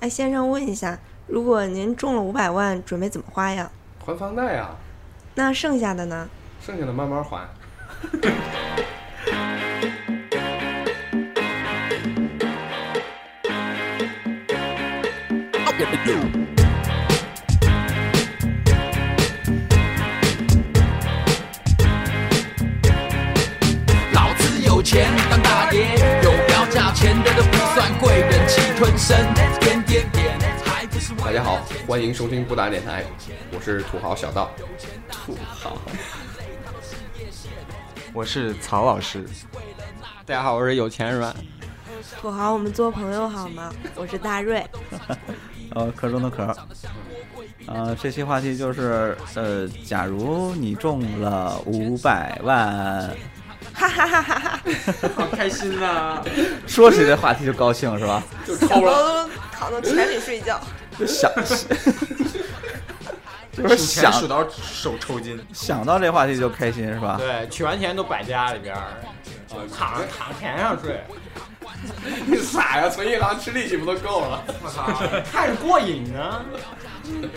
哎，先生问一下，如果您中了五百万，准备怎么花呀？还房贷啊，那剩下的呢？剩下的慢慢 还。老子有钱当大爷，有标价钱的都不算贵，忍气吞声，点点点，还不是为了大家好，欢迎收听不打电台，我是土豪小道。 我是曹老师，大家好，我是有钱软。土豪，我们做朋友好吗？我是大瑞。呃，壳中的壳。呃，这期话题就是，呃，假如你中了五百万，好开心啊呐、说起这话题就高兴是吧？就抽 了，都躺到田里睡觉。就想， 就是想到手抽筋。想到这话题就开心是吧？对，取完钱都摆家里边儿，躺躺田上睡，啊你傻呀？存银行吃利息不都够了？ 看着过瘾呢。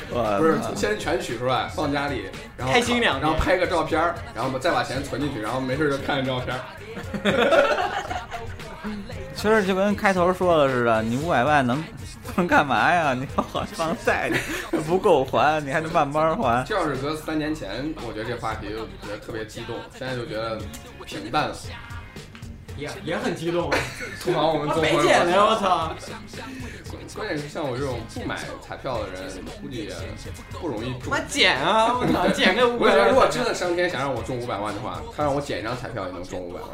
我不是，先全取出来放家里，然后开心两然天后拍个照片儿，然后再把钱存进去，然后没事就看看照片儿。 其实就跟开头说的似的，你五百万能能干嘛呀？你要还房贷，你不够还，你还得慢慢还。 这要是搁三年前，我觉得这话题就觉得特别激动，现在就觉得平淡了。也也很激动，土豪，我们做朋没友钱了，我操！ 关键是像我这种不买彩票的人，估计也不容易 中我。捡啊，我操，捡个五我觉百得万。如果真的上天想让我中五百万的话，他让我捡一张彩票也能中五百万。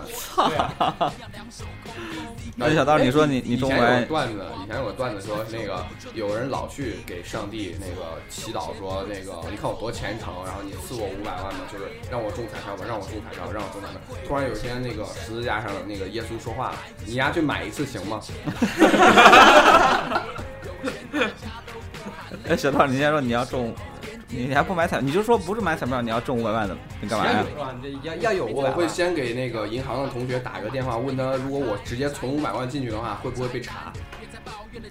那哎小道，你说你你哎以中前五有百个段子，以前有个段子说，那个有人老去给上帝那个祈祷说，那个你看我多虔诚，然后你赐我五百万吧，就是让我中彩票吧，让我中彩票，让我中彩票。突然有一天，那个十字架上的那个耶稣说话了，你丫去买一次行吗？哎，小道，你先说你要中，你还不买彩，你就说不是买彩票，你要中五百万的，你干嘛呀？是吧？你这要要有我会啊500先给那个银行的同学打个电话，问他如果我直接存五百万进去的话，会不会被查？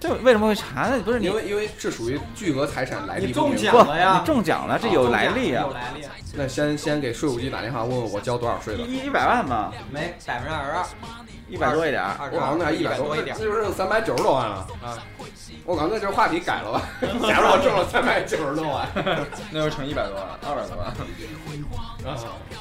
这为什么会查呢？不是你因为因为这属于巨额财产来万，历你不中明。奖不，了呀哦你！中奖了，这有来历啊有，来历，那先先给税务局打电话，问问我交多少税了。一一百万嘛，没百分之二十二，一百多一点儿。二十我好像那二一百多多一点那。就是三百九十多万了。啊，我靠，那这话题改了 吧？假如我中了三百九十多万， 那就乘一百多万，二百多 万。啊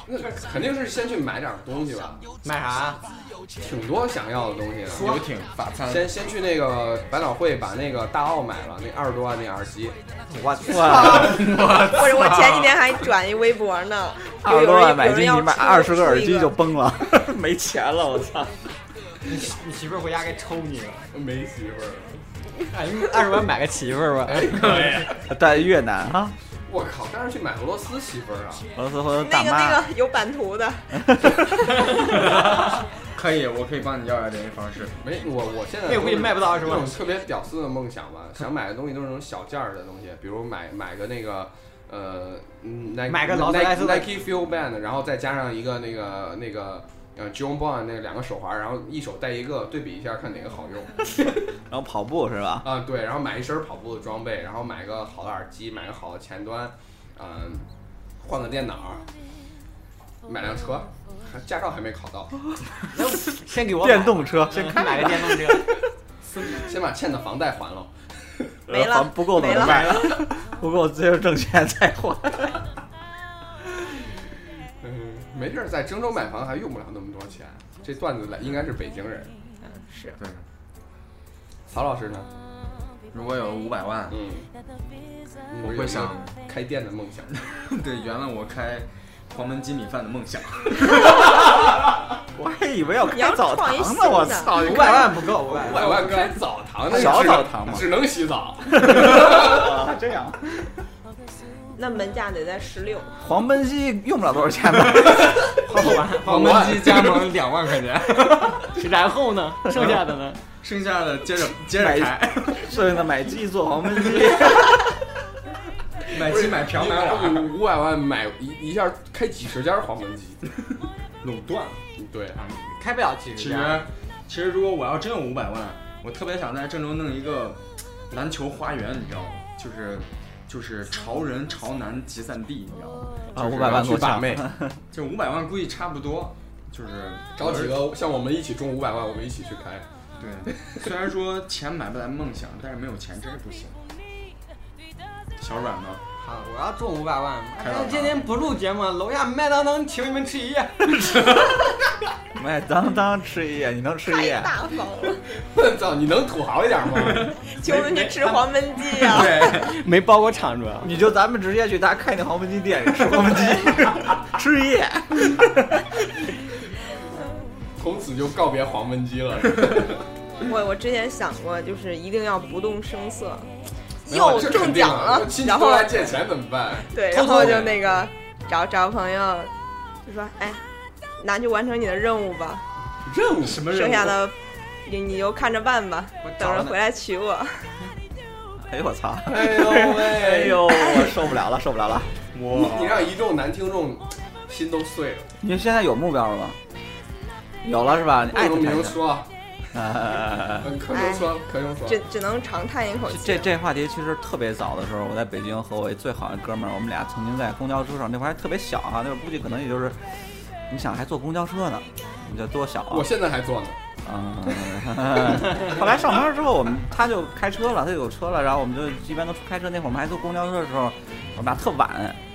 那肯定是先去买点东西吧，买啥？啊挺多想要的东西的。游艇、法餐先先去那个百老汇把那个大奥买了，那二十多万那耳机，我哇，我我前几天还转一微博 呢，二十多万买有人进要你买出二十个耳机就出崩 了，没钱了，我操！你媳你媳妇儿回家该抽你了。 没媳妇儿。哎，二十万买个媳妇儿吧。在越南啊，我靠，但是去买俄罗斯媳妇儿啊！俄罗斯或者那大个妈那，个有版图的， 可以，我可以帮你要一下联系方式。没我我现在那估计卖不到二十这万种。特别屌丝的梦想吧，想买的东西都是那种小件儿的东西，比如买买个那个。呃，嗯 Nike 买个劳斯莱斯 Nike 的 Nike Fuel Band，然后再加上一个那个那个呃 John Bond 那两个手环，然后一手戴一个，对比一下看哪个好用然后跑步是吧？啊、对，然后买一身跑步的装备，然后买个好的耳机，买个好的前端，嗯、换个电脑，买辆车，还驾照还没考到，先给我电动车买，先嗯买个电动车。先把欠的房贷还了。没了不够的没了卖了， 不够接着挣钱再还。嗯，没事儿，在郑州买房还用不了那么多钱。这段子来应该是北京人，是对，曹老师呢？如果有五百万， 嗯，我会想，开店的梦想。对，圆了我开黄焖鸡米饭的梦想。 我还以为要你开要澡创一堂新呢，我的操！五百万不够，五百五万。百万开澡堂，那小只能澡堂嘛只能洗 澡。 啊这样，那门价得在十六。黄焖鸡用不了多少 钱吧？黄焖鸡加盟两万块钱， 然后呢？剩下的呢？剩下的接着接着开， 剩下的买鸡做黄焖鸡， 买鸡买瓢买碗，五百万买一一下开几十家黄焖 鸡，垄断。对啊，开不了几其十实家。，其实如果我要真有五百万，我特别想在郑州弄一个篮球花园，你知道吗？就是就是潮人潮男集散地，你知道吗？啊，就是五百万去够把呛。 妹，就五百万估计差不多，就是找几个像我们一起中五百万，我们一起去开。 对，虽然说钱买不来梦想，但是没有钱真是不行。小阮呢？啊，我要中五百万，开导他那今天不录节目，楼下麦当当请你们吃一夜。麦当当吃一夜，你能吃一啊夜太？大方了， 我操，你能土豪一点吗？求着你吃黄焖鸡呀、对，没包我场主要。你就咱们直接去他开那黄焖鸡店里吃黄焖鸡， 吃一夜。从此就告别黄焖 鸡了。是吧我我之前想过，就是一定要不动声色，没有哟这肯中定奖啊了 亲，戚然都后来借钱怎么办？对，偷然偷后给就那个找找朋友，就说哎，拿去完成你的任务吧，任务什么剩下的你你就看着办吧，等着回来娶我。哎呦我操！哎呦喂！哎呦，我受不了 了，受不了了。你让一众男听众心都碎了。你现在有目标了吗？有了是吧？你不艾特能他明一下。说，啊呃嗯可能哎说，可能说。只只能长叹一口气。 这这话题其实特别早的时候，我在北京和我最好的哥们儿，我们俩曾经在公交车上，那会儿还特别小啊，那会儿估计可能也就是，你想还坐公交车呢，你这多小啊我！现在还做呢， 嗯，后来上班之后，我们他就开车了，他有车了，然后我们就一般都开车。那会儿我们还坐公交车的时候，我们俩特晚，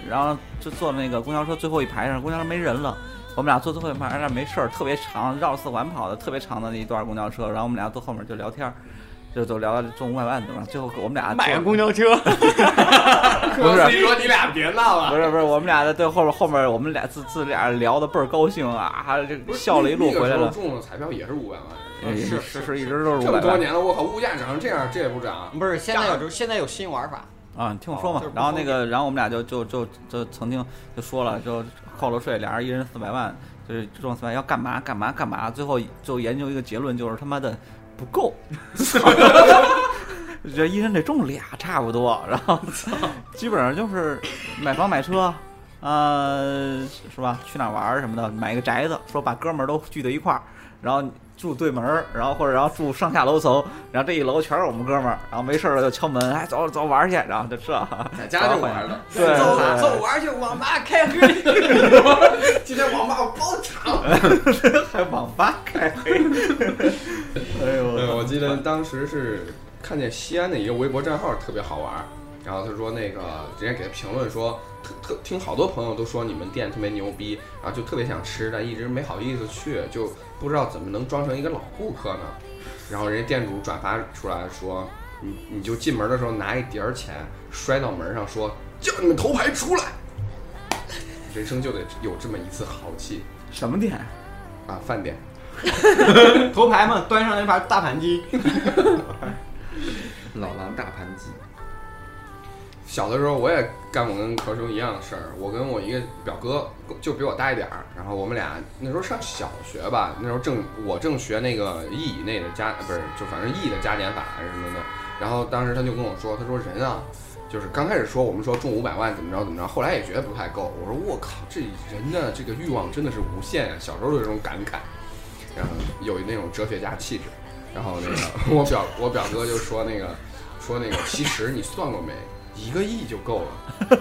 然后就坐那个公交车最后一排上，公交车没人了，我们俩坐最后一排那儿没事儿，特别长，绕四环跑的特别长的那一段公交车，然后我们俩坐后面就聊天儿。就就聊到中五百万怎么着，最后我们俩坐交车，不是所以说 你俩别闹了。不是不是，我们俩在最后面后面我们俩自自俩聊的倍儿高兴啊，还这不是笑了一路那个回来时候了，中了彩票也是五百万，哎是是是一直都是这么五百多万年了，我靠，物价涨成这样，这也不涨。 不是现在有 现在有新玩法，啊，你听我说嘛哦就是，不然后收那个，然后我们俩就就就就曾经就说了，就扣了税，俩人一人四百万，就是中四百要干嘛干嘛干嘛，最后就研究一个结论，就是他妈的不够， 这一人得中俩差不多，然后基本上就是买房买车，呃，是吧？去哪儿玩儿什么的，买个宅子，说把哥们儿都聚到一块儿，然后住对门儿，然后或者然后住上下楼层，然后这一楼全是我们哥们儿，然后没事儿了就敲门，哎，走走玩儿去，然后就这，哎在家就玩了，对走对走玩去，网吧开黑。 今天王八我包场。还网吧开黑，哎呦对，我记得当时是看见西安的一个微博账号特别好玩儿，然后他说那个人家给他评论说，特特听好多朋友都说你们店特别牛逼，然后就特别想吃，但一直没好意思去，就不知道怎么能装成一个老顾客呢。然后人家店主转发出来说，你你就进门的时候拿一碟儿钱摔到门上说，叫你们头牌出来。人生就得有这么一次豪气什么店？啊！饭店，头牌嘛，端上来一盘大盘鸡。老狼大盘鸡。小的时候我也干过跟壳叔一样的事儿，我跟我一个表哥就比我大一点儿，然后我们俩那时候上小学吧，那时候正我正学那个 E 以内的加不是就反正 E 的加减法还是什么的，然后当时他就跟我说，他说人啊。就是刚开始说我们说中五百万怎么着怎么着，后来也觉得不太够。我说我靠，这人的这个欲望真的是无限啊！小时候就有这种感慨，然后有那种哲学家气质。然后那个 我表我表哥就说那个说那个，其实你算过没，一个亿就够了。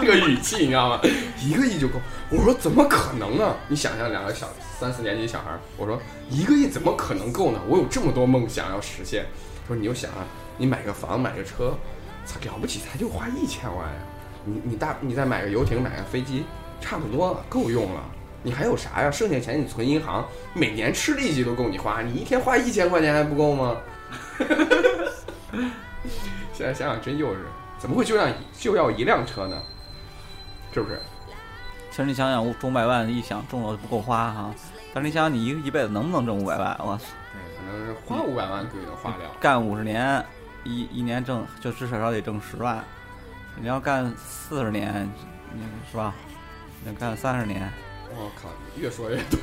这个语气你知道吗？一个亿就够。我说怎么可能呢？你想象两个小三四年级小孩儿，我说一个亿怎么可能够呢？我有这么多梦想要实现。说你就想啊，你买个房买个车，操了不起才就花一千万呀、你你大你再买个游艇买个飞机，差不多了，够用了。你还有啥呀？剩下钱你存银行，每年吃利息都够你花，你一天花一千块钱还不够吗？现在想想真幼稚，怎么会就让就要一辆车呢？是不是？其实你想想，中百万一想中了不够花哈、但是你想想，你一一辈子能不能挣五百万？我操反正是哎花五百万就已经花掉了。干五十年，一一年挣就至少得挣十万，你要干四十年，你是吧？你干三十年，我靠，越说越对，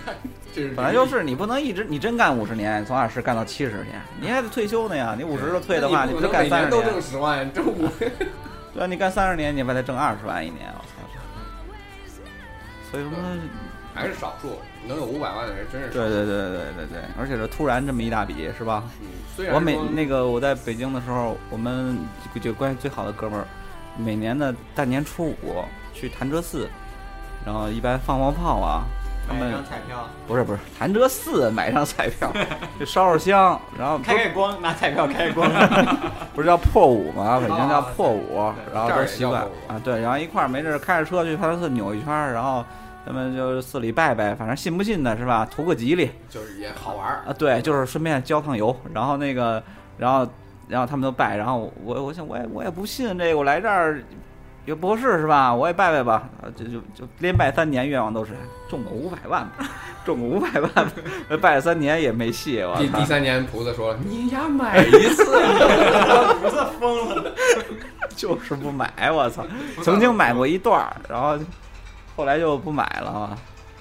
这是本来就是你不能一直你真干五十年，从二十干到七十去，你还得退休呢呀。你五十就退的话，那不不就能干每三年十都年？挣十万，挣五对啊，你干三十年，你不还得挣二十万一年？我操！所以说，还是少数，能有五百万的人真是少对数。对对对对对，而且是突然这么一大笔，是吧？嗯，虽然我每说那个我在北京的时候，我们就就关系最好的哥们儿，每年的大年初五去潭柘寺，然后一般放放炮啊，他买一们张彩票，不是不是潭柘寺买张彩 票，就烧烧香，然后不开开光，拿彩票开开 光。 不是叫破五吗？北京叫破五，然哦后这儿都也习叫惯破五啊，对，然后一块儿没事儿开着车去潭柘寺扭一圈儿，然后他们就寺里拜拜，反正信不信的是吧？图个吉利。就是也好玩儿， 啊，对，就是顺便浇趟油，然后那个，然后然后他们都拜，然后我我想我也我也不信这个，我来这儿也不合适是吧？我也拜拜吧，啊就就就连拜三年，愿望都是中个五百万吧，中个五百万吧，拜了三年也没戏，我第操第三年，菩萨说：“你呀，买一次。不是疯了，就是不买，我操，曾经买过一段儿，然后后来就不买了啊。”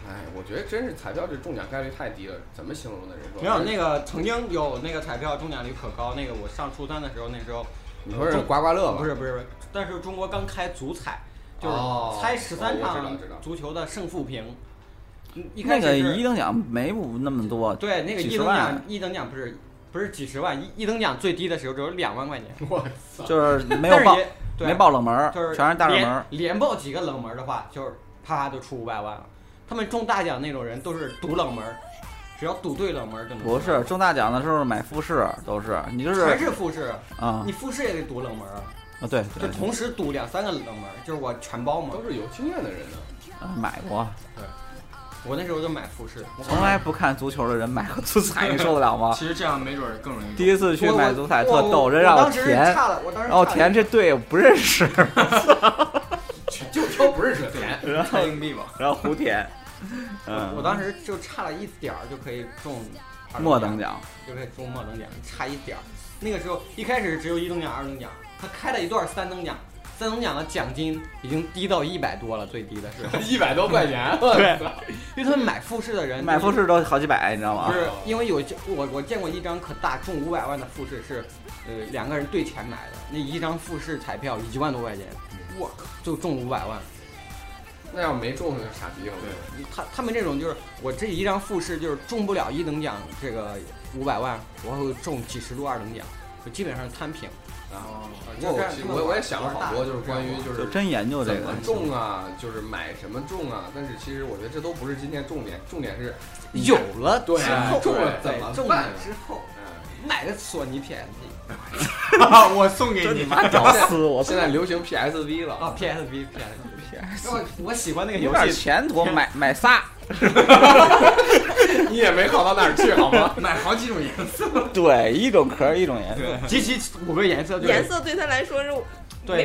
哎，我觉得真是彩票这中奖概率太低了，怎么形容呢？人说哎没有那个曾经有那个彩票中奖率可高，那个我上初三的时候，那时候你说是刮刮乐吗？不是不是，不是，但是中国刚开足彩，就是啊哦猜十哦三我知道场知道足球的胜负平。嗯一那开个始一是等奖没那么多，对那个几一十等万啊奖，一等奖不是不是几十万，一一等奖最低的时候只有两万块钱， 我操！就是 没有但是报也对没报冷门儿，就是全是大热门连儿。连报几个冷门的话，就是啪啪就出五百万了。他们中大奖那种人都是赌冷门，只要赌对冷门就能中。不是中大奖的时候买复式都是，你就是全是复试，啊你复试也得赌冷门啊，啊对，就对同时赌两三个冷门，就是我全包嘛都。是有经验的人呢。啊买过，我那时候就买复试，我从来不看足球的人买过足彩，你受得了吗？其实这样没准儿更容易中。第一次去买足彩特逗，人人让哦我当时填，差了，我当时然后差了填这队我不认识，就挑不认识的钱， 猜硬币吧，然后胡填，嗯，我当时就差了一点儿就可以中二末等，奖，就可以中末等奖，差一点儿。那个时候一开始只有一等奖、二等奖，他开了一段三等奖，三等奖的奖金已经低到一百多了，最低的是，一百多块钱。我操！因为他们买复式的人买啊复。式都好几百，你知道不吗？是，因为有我我见过一张可大中五百万的复式是，呃，两个人对钱买的，那一张复式彩票一万多块钱，嗯我靠，就中五百万。那要没中就傻逼了。对，他他们这种就是我这一张复试就是中不了一等奖这个五百万，我会中几十注二等奖，就基本上摊平。啊，反我正就是我我也想了好多，就是关于就就是真研究这怎个么，中啊，就是买什么中啊。但是其实我觉得这都不是今天重点，重点是有了对之后中了怎么对中办了之后嗯买个索尼 PSP 我送给你吧。屌丝我现在流行 PSV 了，啊 PSP PSP，我我喜欢那个有游点戏，前途，买买仨，你也没好到哪儿去，好 吗？买好几种颜色，对，一种壳一种颜色。对，集齐五个颜色，对颜色对他来说是没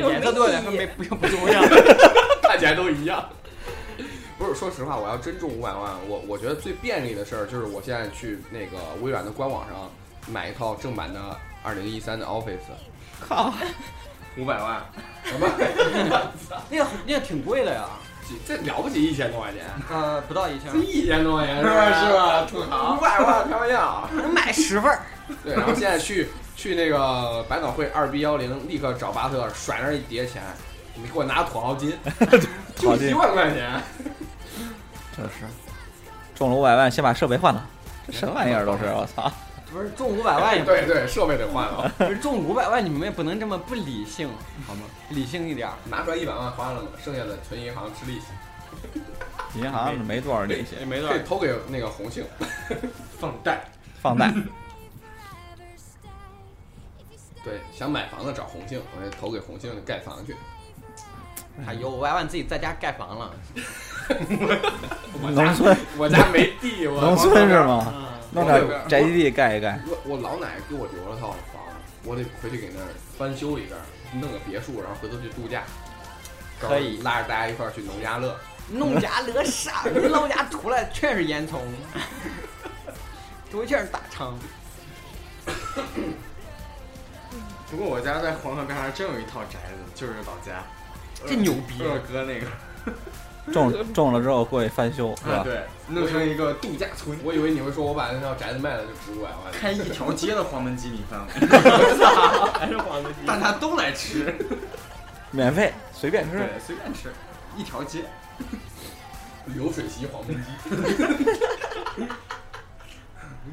对有颜色什对么我来说意没义。不不重要。 看起来都一样。不是，说实话，我要真中五百万，我我觉得最便利的事儿就是我现在去那个微软的官网上买一套正版的二零一三的 Office，靠，五百万，什么那个那个挺贵的呀，几这了不起一千多块钱， 呃，不到一千这。一千多块钱是啊吧？是？吧？吐五槽。百万开玩笑，买十份儿，对，然后现在去去那个百脑汇二 B 幺零，立刻找巴特甩那儿一叠钱，你给我拿土豪金，就豪金一万块钱，这是中了五百万，先把设备换了，这什么玩意儿都是，我操！不是中五百万也不对对，设备得换了，不是中五百万，你们也不能这么不理性好吗？理性一点儿。拿出来一百万花了嘛，剩下的存银行吃利息，银行啊是没多少利息，没可以投给那个红杏。放贷，放贷。对，想买房子找红杏，我就投给红杏盖房去。哎呦，我万自己在家盖房了。农村，我家没地，我农村是？嗯吗？弄我这点边宅基地盖一盖，我我老奶奶给我留了套房，我得回去给那儿翻修一下，弄个别墅，然后回头去度假。可以拉着大家一块儿去农家乐，弄家乐啥？老家出来全是烟囱，周围全是大肠。不过我家在黄河边上真有 一套宅子，就是老家。这牛逼啊二哥那个，种种了之后过去翻修，是吧？对，弄成一个度假村，我以为你会说我把那套宅子卖了就值五百万。开一条街的黄焖鸡米 饭，还是黄焖鸡大家都来吃，免费随便吃，对，随便吃，一条街。流水席 黄焖鸡，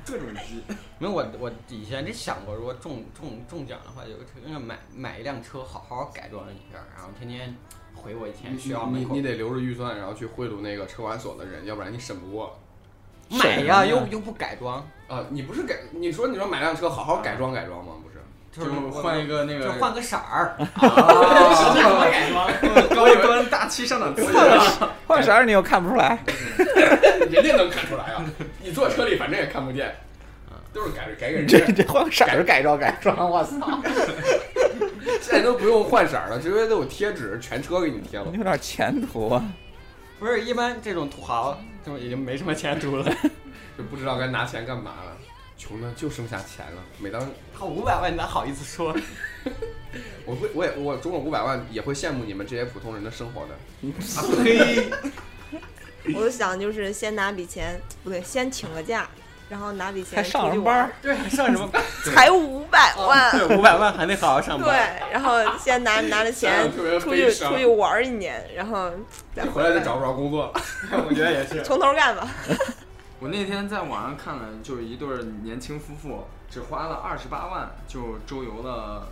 各种鸡，没有我我以前真想过，如果中中中奖的话，有个车应该买买一辆车，好好改装一下，然后天天回我以前学校你门口你得留着预算，然后去贿赂那个车管所的人，要不然你审不过。买呀，省着呢又又不改装，啊，你不是改？你说你说买辆车好好改装改装吗？不是，就就是是我换一个那就个换个色儿，改装，高一端大气上档次。换色儿你又看不出来，人家能看出来啊。你坐车里反正也看不见，嗯都是改改给人家这。这换色儿改装改装，我操，现在都不用换色儿了，直接都有贴纸，全车给你贴了你。有点前途啊！不是一般这种土豪，嗯这种已经没什么前途了。 就不知道该拿钱干嘛了。穷的就剩下钱了。每当他五百万，你哪好意思说？ 我会，我也我中了五百万，也会羡慕你们这些普通人的生活的。嘿，我就想就是先拿笔钱，不对，先请个假，然后拿笔钱还上出去什么班玩儿儿，？对，上什么班？ 才五百万。五百万还得好好上对班。，然后先拿拿着钱特别出悲去伤出去玩儿一年，然后再你回来就找不着工作了。我觉得也是。从头干吧。我那天在网上看了，就是一对儿年轻夫妇，只花了二十八万就周游了，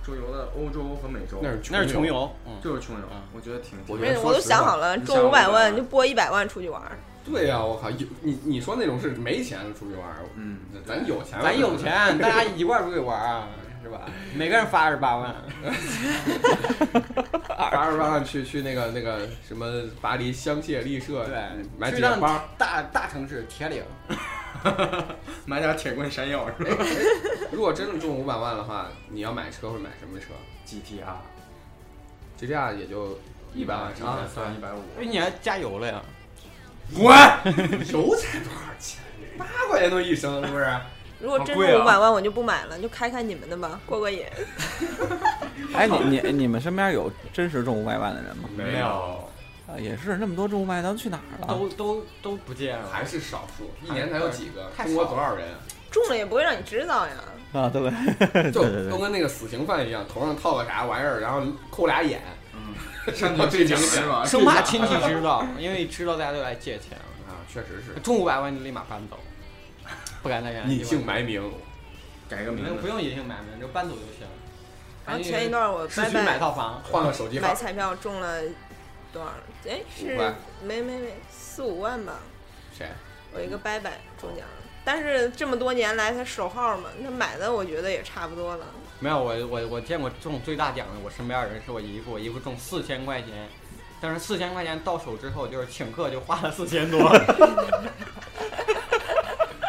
周游了欧洲和美洲，那是 那是穷游，游，嗯，就是穷游嗯，我觉得挺我觉没得有，说我都实话想好了，你中想五百500万万就拨一百万出去玩儿。对呀、我靠，有你你说那种是没钱出去玩儿，嗯，咱有钱，咱有，钱，大家一块儿出去玩儿，是吧？每个人发二十八万，八十八万去去那个那个什么巴黎香榭丽舍，对，买去几趟个包，大大城市铁岭，买点铁棍山药是吧如果真的中五百万的话，你要买车会买什么车？GTR， ？GTR 也就一百万上啊，下，算一百五，因为哎你还加油了呀。滚！ 油才多少钱？八块钱都一升，是不是？如果好真贵的五啊百万，我就不买了，就开开你们的吧，过过瘾。哎，你你你们身边有真实中五百万的人吗？没有，啊，也是那么多中五百万都去哪儿了？都都都不见了，嗯还是少数，一年才有几个？太少中国多少人？啊中了也不会让你知道呀。啊，对不对？ 就对都对对，跟那个死刑犯一样，头上套个啥玩意儿，然后抠俩眼，嗯，上去对讲是吧？生怕亲戚知道，因为知道大家都来借钱了。啊，确实是中五百万就立马搬走，不敢再原地隐姓埋名。改个名不字，用隐姓埋名，就搬走就行。然后前一段我哎市拜区买拜套房，换个手机号买，彩票中了多少？哎，是五万没没没四五万吧？谁？啊我一个拜拜中奖了。但是这么多年来，他首号嘛，那买的我觉得也差不多了。没有我我我见过中最大奖的，我身边有人是我姨夫，我姨夫中四千块钱，但是四千块钱到手之后就是请客就花了四千多，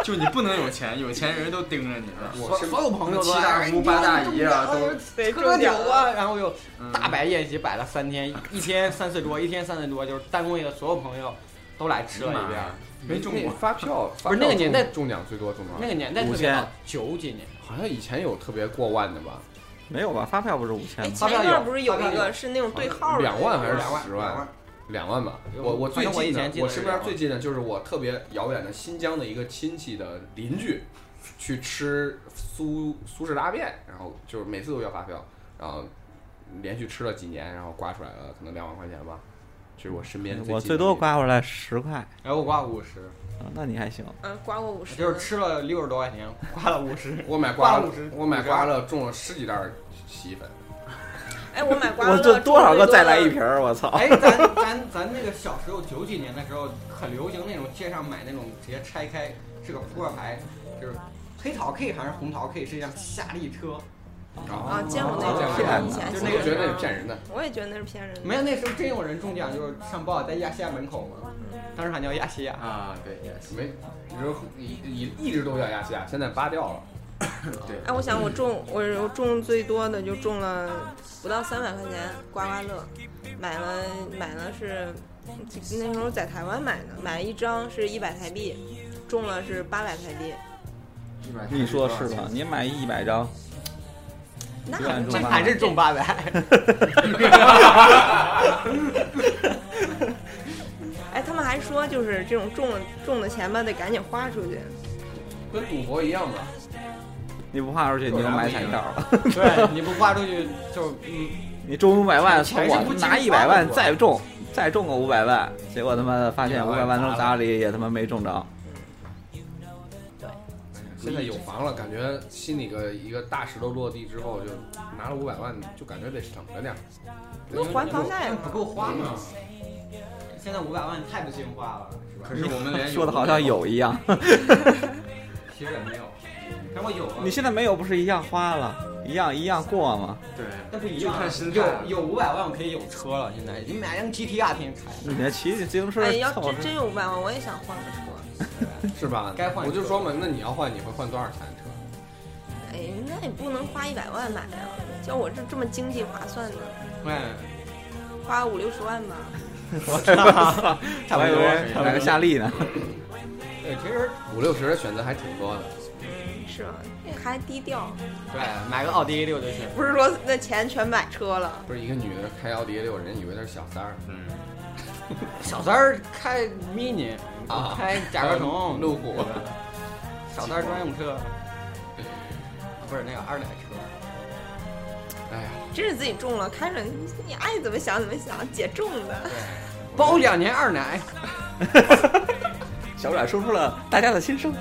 就你不能有钱，有钱人都盯着你了。我身所有朋友都七大来姑八大姨啊，都对，喝中酒奖了。啊，然后又嗯大摆宴席摆了三天，一天三四桌，一天三四桌，就是单位的所有朋友都来吃了一遍。没中那过，发票，不是那个年代发票中中奖最多中多那少？个年代特别好，九几年，好像以前有特别过万的吧，没有吧？发票不是五千哎，吗？前一段不是有发一票个有是那种对号的两万还是两万十两万两万吧，有我我反最正我以前记近的，得我是身边两万最近的就是我特别遥远的新疆的一个亲戚的邻居，去吃苏苏式拉面，然后就是每次都要发票，然后连续吃了几年，然后刮出来了可能两万块钱吧，这是我身边我近最的多一个刮回来十块啊，然后我刮五十，那你还行。嗯，刮过五十，就是吃了六十多块钱，刮了五十。我买刮刮了五十，我买刮了中了十几袋儿洗衣粉，哎，我 买刮我乐这多少个中最多的再来一瓶儿？我操！ 哎，咱咱咱那个小时候九几年的时候，很流行那种街上买那种直接拆开是个扑克牌，就是黑桃 K 还是红桃 K 是一辆夏利车，啊！见过那见过种，见以前过就见那过个觉得那是骗人的，我也觉得那是骗人的。没有那时候真有人中奖，就是上报在亚细亚门口嘛，当时还叫亚细亚。啊，对，也是没，一一一直都叫亚细亚，现在扒掉了。对，哎，我想我中我我中最多的就中了不到三百块钱刮刮乐，买了买了是那时候在台湾买的，买了一张是一百台币，中了是八百台币，你说是吧？你买一百张，那一万这中八还百是中八百， 哎，他们还说就是这种中了中的钱吧，得赶紧花出去。跟赌博一样嘛，你不花出去，你又买彩票 了。对，你不花出去就嗯，你中五百万，钱从是我不经拿一花百的万是吧再中，再中个五百万，结果他妈的发现500五百万从家里也他妈没中着。现在有房了，感觉心里个一个大石头落地之后，就拿了五百万，就感觉得省着点儿。不还房贷那吗不？够花吗？现在五百万太不信用化了，是吧？可是我们连有说的都好像没有一样， 其实也没有，但我有啊你，现在没有不是一样花了，一样一样过吗？对，但不一就样啊看心，态有有五百万我可以有车了，现在你买辆 GTR 天天开。你这骑自行车哎，要凑合真真有五百万，我也想换个车。是吧？该换我就车说嘛，那你要换，你会换多少钱的车？哎，那也不能花一百万买啊！像我这这么经济划算的，哎，花五六十万吧。哎差不我以多为买个夏利呢。对，其实五六十的选择还挺多的。嗯，是吧？还低调，对，买个奥迪 A 六就行。不是说那钱全买车了。不是一个女的开奥迪 A 六，人以为她是小三儿嗯，小三儿开 mini，啊开甲壳虫，路虎对吧小三儿专用车，不是那个二奶车，哎呀，真是自己中了，开着你你爱怎么想怎么想，姐中的。包两年二奶， 小阮说出了大家的心声，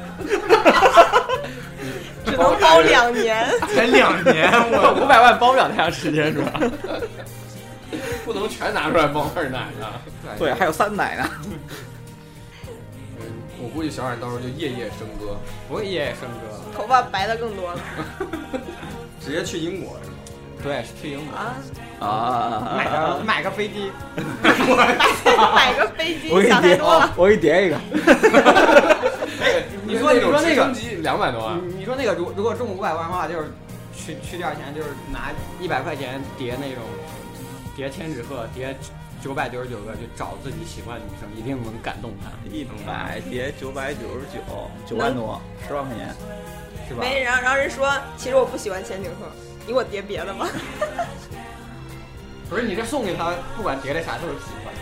只能包两年，才两年，我 五百万包不了太长时间是吧？不能全拿出来包二奶啊！对，还有三奶呢。嗯我估计小冉到时候就夜夜笙歌。我也夜笙歌，头发白的更多了直接去英国是吗？对，去英国啊！ 买啊 个！买个飞机，买个飞机我给你想太叠多了，，我给你叠一个。你说你说那个直升机两百多万，你你说那个如如果中五百万的话，就是去去点钱，就是拿一百块钱叠那种叠千纸鹤，叠九百九十九个，去找自己喜欢的女生，一定能感动她，一百叠九百九十九，九万多，十万块钱。是吧？没人，然后人说，其实我不喜欢千景鹤，你给我叠别的吧。不是你这送给她，不管叠的啥都是喜欢。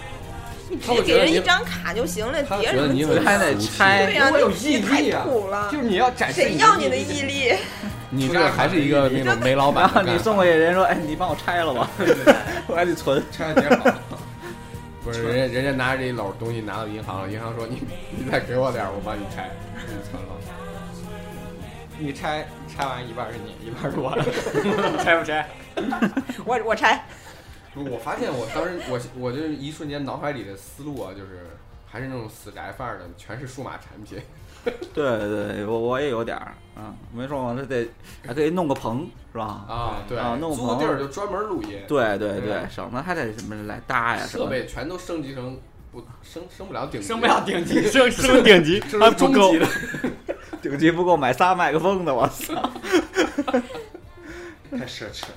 你直他接会给觉得人你一张卡就行了，他叠觉什得么你景？很还得俗气拆对呀、如果有你毅太力啊土了就，是你要展示谁要你的毅毅力。力？你这个还是一个那种煤老 然板后的你干法。送过去，人说：“哎，你帮我拆了吧， 我还得存。拆的挺好。不是人家人家拿着这一篓东西拿到银行了，银行说你你再给我点儿，我帮你 拆，给你存了。你拆拆完一半是你，一半是我的，拆不拆？我我拆，不是，我发现我当时我我就是一瞬间脑海里的思路啊，就是还是那种死宅范儿的，全是数码产 品。”对对，我我也有点儿，嗯，没说嘛，这得还可以弄个棚是吧？啊，对啊弄个租棚个地儿就专门录音，对啊对对，对省得还得什么来搭呀什设么。备全都升级成不升升不了顶级，升不了顶级，升升顶级这是中级的。顶级不够买仨麦克风的，我操！太奢侈了。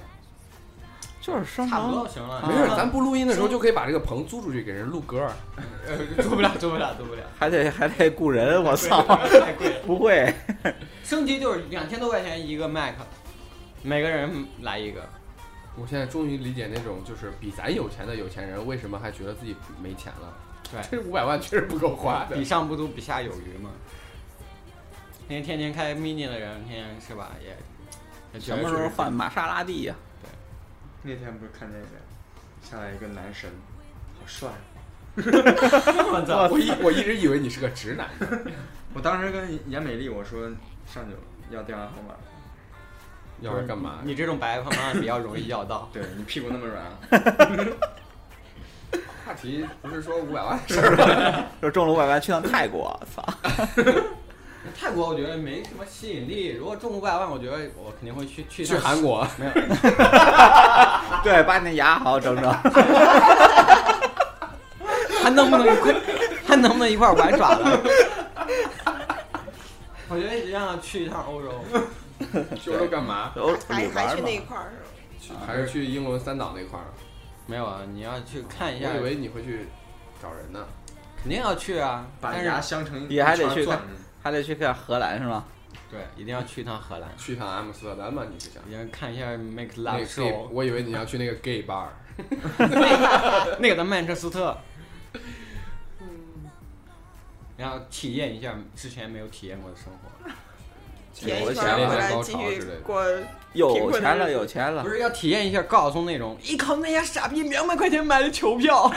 就是生差不多活，就行了。没事，咱不录音的时候就可以把这个棚租出去给人录歌儿。呃做不了，做不了，做不了。还得还得雇人，我操！太贵了。不会，升级就是两千多块钱一个 Mac，每个人来一个。我现在终于理解那种就是比咱有钱的有钱人为什么还觉得自己没钱了。对这五百万确实不够花的比。上不足，比下有余嘛。那些天天开 mini 的人，天天是吧？也也觉什得么时候是换玛莎拉蒂呀、那天不是看见一个下来一个男神，好帅啊。 我一我一直以为你是个直男，我当时跟严美丽我说上去要电话号码，。要不然干嘛？你这种白胖胖比较容易要到对你屁股那么软啊，话题不是说五百万的事儿吗？就中了五百万去趟泰国，操！ 泰国我觉得没什么吸引力，如果中五百万，我觉得我肯定会去去去趟韩国，对，把你那牙好好整整。还能不能一块，还能不能一块儿玩耍了？ 我觉得一定要去一趟欧洲，去欧洲干嘛？ 都还旅还玩去嘛那一块儿是去还是去英伦三岛那块儿？没有啊？你要去看一下我，以为你会去找人呢。肯定要去啊。把但牙是镶成一也还得去串儿看钻还得去看荷兰是吗？对，一定要去一趟荷兰，去趟阿姆斯特丹吧，你是想？一定要看一下 Make 那 Love 个 Show gay，。我以为你要去那个 gay bar，那个在曼彻斯特，然后体验一下之前没有体验过的生活。体验我一的圈前列儿回腺来高继潮之续类的过。有钱了，有钱 了不。是要体验一下高晓松那种，一靠那些傻逼两百块钱买的球票，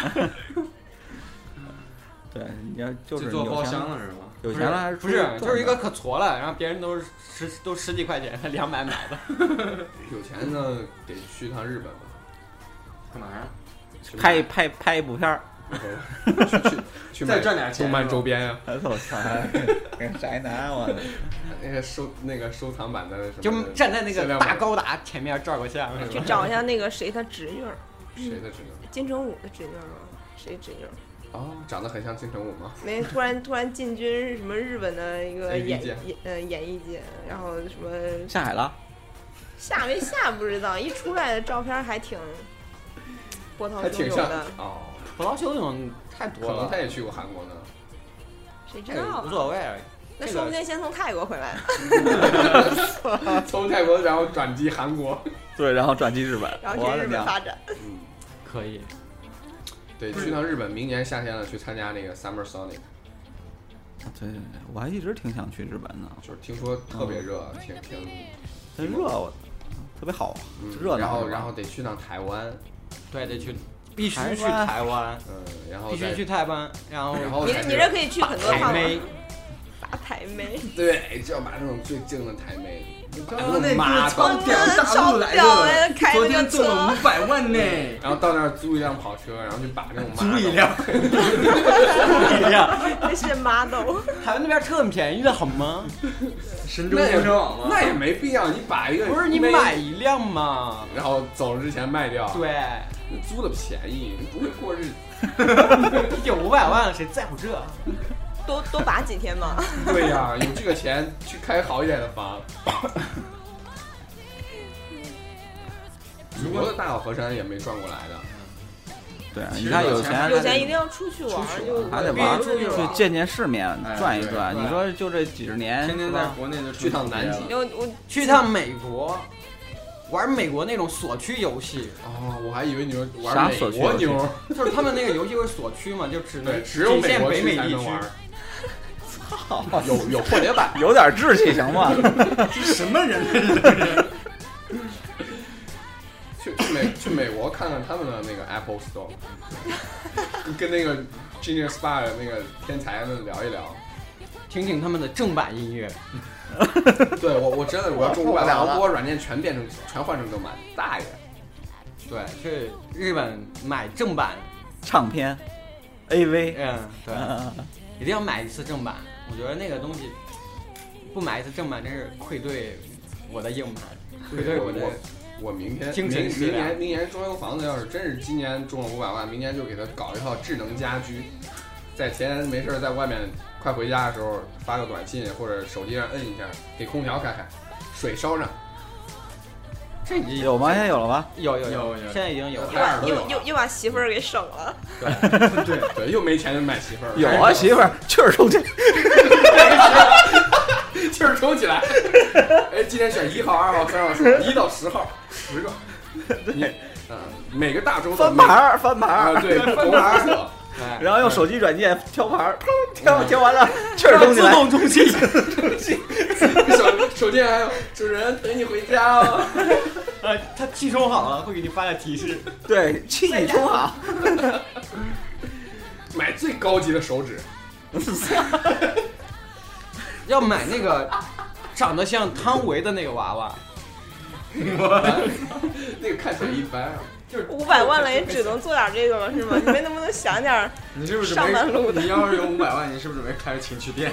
对，你要就去是做有包钱厢了，了是吗？有钱了还是不是，就是一个。个可矬了，然后别人都是十都十几块钱，两百买的，有钱呢，得去趟日本吧。干嘛呀？去拍一拍拍一部片儿，买去去去买再赚点钱动漫周边呀，我 操，宅男我啊那个收那个收藏版的什么的，就站在那限个量大版高达前面照个相，去找一下那个谁他侄女儿，谁的这个？金城武的侄女儿吗？谁侄女儿？哦，长得很像金城武吗？没，突然突然进军什么日本的一个演艺演界演呃演艺界，然后什么下海了，下没下不知道，一出来的照片还挺波涛还汹挺涌像的，哦，葡萄球那种太可多能了他，也去过韩国呢。谁知这个道无啊？所谓。那这说个不定先从泰国回来的， 从泰国然后转机韩国，对，然后转机日本，然后我去的啊日本娘，发展。嗯，可以，对，去趟日本，明年夏天了去参加那个 Summer Sonic，对对对，我还一直挺想去日本呢，就是听说特别热，挺挺特热我，特别好，嗯热闹。然后然后得去趟台湾，对，得去，必须去台湾台湾，嗯，然后必须再去，台湾，然后然后你再你这可以去很多台趟了，妹，打台妹，对，就要把这种最正的台妹，刚那哎妈妈的从真的大超陆来屌哎的，开昨那天个挣了车 五，百万呢。然后到那儿租一辆跑车，然后去把这种 租一妈的辆，租一辆，那是 model。台湾那边车很便宜的很吗？神州那也健身网吗？那也没必要，你把一个不是你妹买，一辆嘛？然后走之前卖掉，，对，租的便宜，你不会过日子，毕竟五百万了，谁在乎这？多多拔几天嘛。对呀、有这个钱去开好一点的房。祖国的大好河山也没转过来的，对，啊其你实看有有钱钱还有得钱一定要出去玩出儿，去就玩还得必玩须出去去玩儿。见见世面，哎转一对转。对你说就这几十年，天天是在吧国内就成去趟南极了我我去一趟美国，玩美国那种锁区游 戏，哦，我还以为你们玩啥美所需国游戏牛，就是他们那个游戏会锁区嘛，就只对，能只有仅美限国北区美才地能区。玩。操，有有破解版，有点志气行吗？ 什么人？去去美去美国看看他们的那个 Apple Store，跟那个 Genius Bar 的那个天才们聊一聊。听听他们的正版音乐，对我我真的我要中五百万，我把我软件全变成全换成正版，大爷！对，去日本买正版，唱片，AV，嗯， 对，嗯一定要买一次正版。我觉得那个东西不买一次正版，真是愧对我的硬盘，愧对我的。我我明天精明神食明粮年明年装修房子，要是真是今年中了五百万，明年就给他搞一套智能家居，在前没事儿在外面快回家的时候发个短信或者手机上摁一下，给空调开开，水烧上，这已经有吗？现在有了吧？有有有有现在已经有又了。把又又又把媳妇儿给省了，对对，又没钱就买媳妇儿了，有 啊，媳妇儿，气儿充气。气儿充起来。哎，今天选一号、二号、三号、四号，一到十号，十个。你嗯，每个大洲的 翻每牌儿，翻牌儿，啊，对，红 蓝色。对然后用手机软件挑牌儿，砰挑挑完了，气儿充起来，哎自动充气。 手手机还有主人等你回家哦。呃，他气充好了，会给你发个提示。对，气充好。买最高级的手指，要买那个长得像汤唯的那个娃娃， 那个看起来一般啊。五百万了也只能做点这个了，是吗？你们能不能想点儿？你是不是上半路的你要是有五百万，你是不是准备开个情趣店，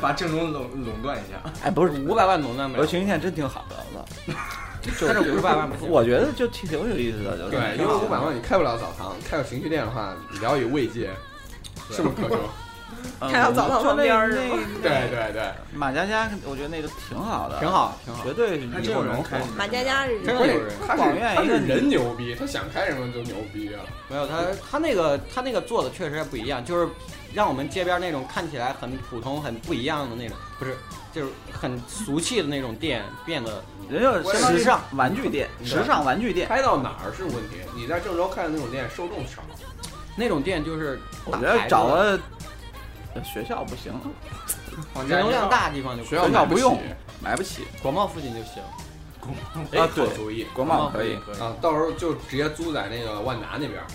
把郑州垄垄断一下？哎，不是五百万垄断不我了觉得。群线真挺好的，我操！但是500万不行我觉得就挺有意思的，就是对，啊因为五百万你开不了澡堂，开个情趣店的话，聊以慰藉，是不是可 说？嗯开到澡堂旁边儿就那是吗那对对对，马佳佳，我觉得那个挺好的，挺，好，挺好绝。对还以真后有能人火开。马佳佳是真人的关有键人他广是院他一是个人牛逼，他想开什么就牛逼啊。没有他，他那个他那个做的确实不一样，就是让我们街边那种看起来很普通、很不一样的那种，不是，就是很俗气的那种店变得人家我相当于时尚玩具店，时尚玩具店，开到哪儿是问题，你在郑州开的那种店受众少，那种店就是我打觉牌子的得找个学校不行，人流量大的地方就学校学校买不起用买不起国贸附近就行。哎啊，对好，主意国贸可以可以。啊，到时候就直接租在那个万达那边儿，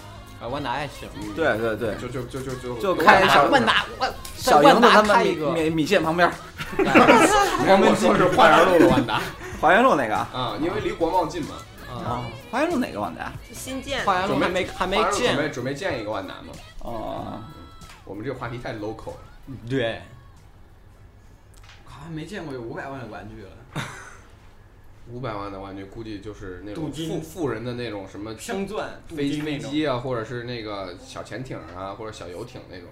啊，万达也行。嗯，对对对，就就就就就就我开打小万达，万小在营万子达他们开米一个米米线旁边儿，我们说是花园路的万达华园路那个啊，因为离国贸近嘛，嗯啊，，华园路哪个网啊站？新建花园路准备还没还没花园路准建。备准备建一个万达嘛。哦，我们这个话题太 local 了，对，好像没见过有五百万的玩具了，五百万的玩具估计就是那镀种金富富人的那种什么镶钻、镀飞金那种。机啊，或者是那个小潜艇啊，或者小游艇那种。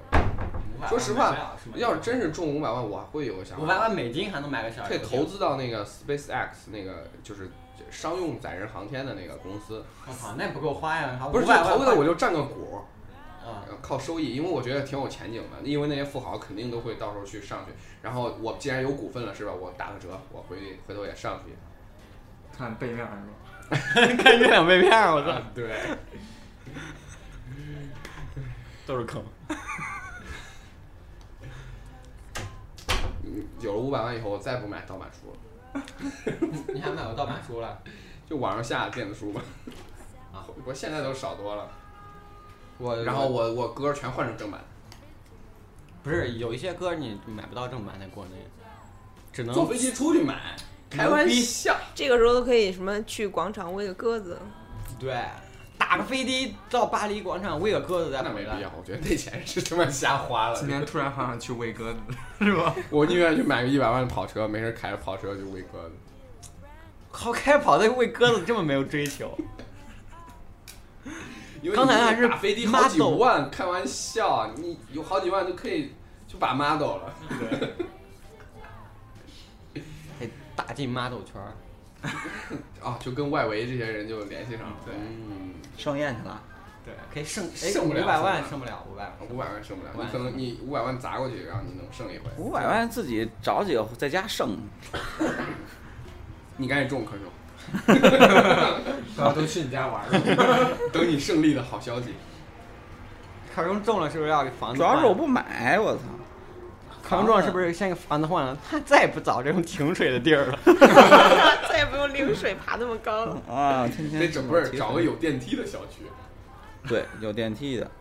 500万说实买不了话吗，要是真是中五百万，我会有个想法。五百万美金还能买个小可以游艇投，资到那个 SpaceX 那个就是商用载人航天的那个公司，我操，那不够花呀！不是就500万投资的我就占个股，啊，靠收益，因为我觉得挺有前景的，因为那些富豪肯定都会到时候去上去，然后我既然有股份了是吧，我打个折，我回去回头也上去。看背面是吧？看月亮被骗儿，我操，啊对，都是坑。嗯 有了五百万以后，我再不买盗版书了，你还买过盗版书 了？就网上下电子书吧。啊， 我现在都少多了。我然后我我歌全换成正版，不是有一些歌你买不到正版，在国内只能坐飞机出去买，开玩笑。这个时候都可以什么去广场喂个鸽 子，对打个飞的到巴黎广场喂个鸽子再那回没必来。要，我觉得那钱是他妈瞎花了今。天突然好想去喂鸽子，是吧？我宁愿去买个一百万的跑车，没事开着跑车就喂鸽子。靠，开跑的喂鸽子这么没有追求，因为刚才你还是打飞机好几 model 万，开玩笑，啊你有好几万就可以就把 model 了。得打进 model 圈儿。啊，就跟外围这些人就联系上了。对嗯，盛宴去了，对，可以剩哎剩五不了百万，剩剩不了五百万。五百万剩不了， 500你可能你五百万砸过去，然后你能剩一回。五百，万自己找几个在家剩，你赶紧种可种，大家都去你家玩了。 等你胜利的好消息。考中中了是不是要给房子？主要是我不买，我操，考中中了是不是先给房子换了？他再也不找这种停水的地儿了。再也不用拎水爬那么高嗯了。啊，天天得整个找个有电梯的小区，对有电梯的。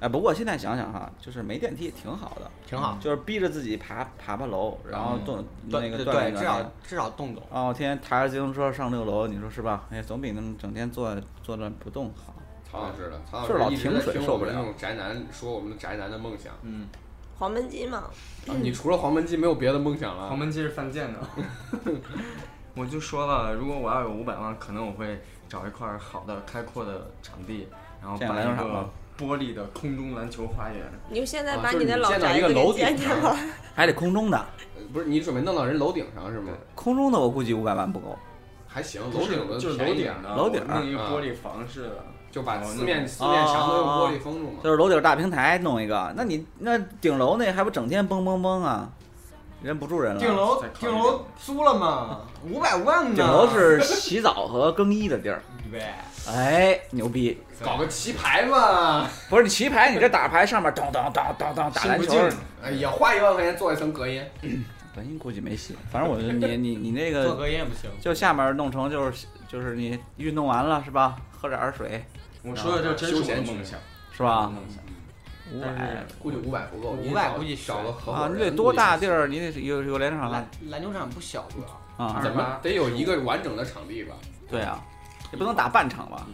哎，不过现在想想哈，就是没电梯也挺好的，挺好，嗯就是逼着自己锻爬爬爬楼，然后动、那个对锻对，炼锻至炼少。至少动动。哦，天天抬着自行车上六楼，你说是吧？哎，总比那么整天坐坐那不动好。曹老师的，曹是老老师一直在停水听受我不们了那种宅男说我们的宅男的梦想。嗯，黄焖鸡嘛，啊你除了黄焖鸡没有别的梦想了？ 黄焖鸡是犯贱的。我就说了，如果我要有五百万，可能我会找一块好的开阔的场地，然后建把篮球一场个吗玻璃的空中篮球花园。你就现在啊把就是的你老建到宅一子个给楼顶建起上来，还得空中的，呃不是你准备弄到人楼顶上是吗？空中的我估计五百万不够。还行，不楼是顶的就是便楼宜点顶啊的，楼顶我弄一个玻璃房似的，就把哦四那面种四面墙都用哦玻璃封住嘛。就是楼顶大平台弄一个，那你那顶楼那还不整天蹦蹦蹦啊？人不住人了。顶楼再考虑顶楼租了吗？五百万呢？顶楼是洗澡和更衣的地儿。对，哎，牛逼！搞个棋牌嘛，不是你棋牌，你这打牌上面咚咚咚咚咚打篮球，哎也花一万块钱做一层隔音。隔音估计没戏。反正我觉 得你你你那做个隔音也不行。就下面弄成就是就是你运动完了是吧？喝点儿水我说的这真是休我闲的区梦想。是吧？梦想五但百是估计五百不够，你500找估计找个合伙啊，人你得多大地儿？你得有有连场篮了篮球场不小主要，啊？怎么得有一个完整的场地吧？对啊，也不能打半场吧？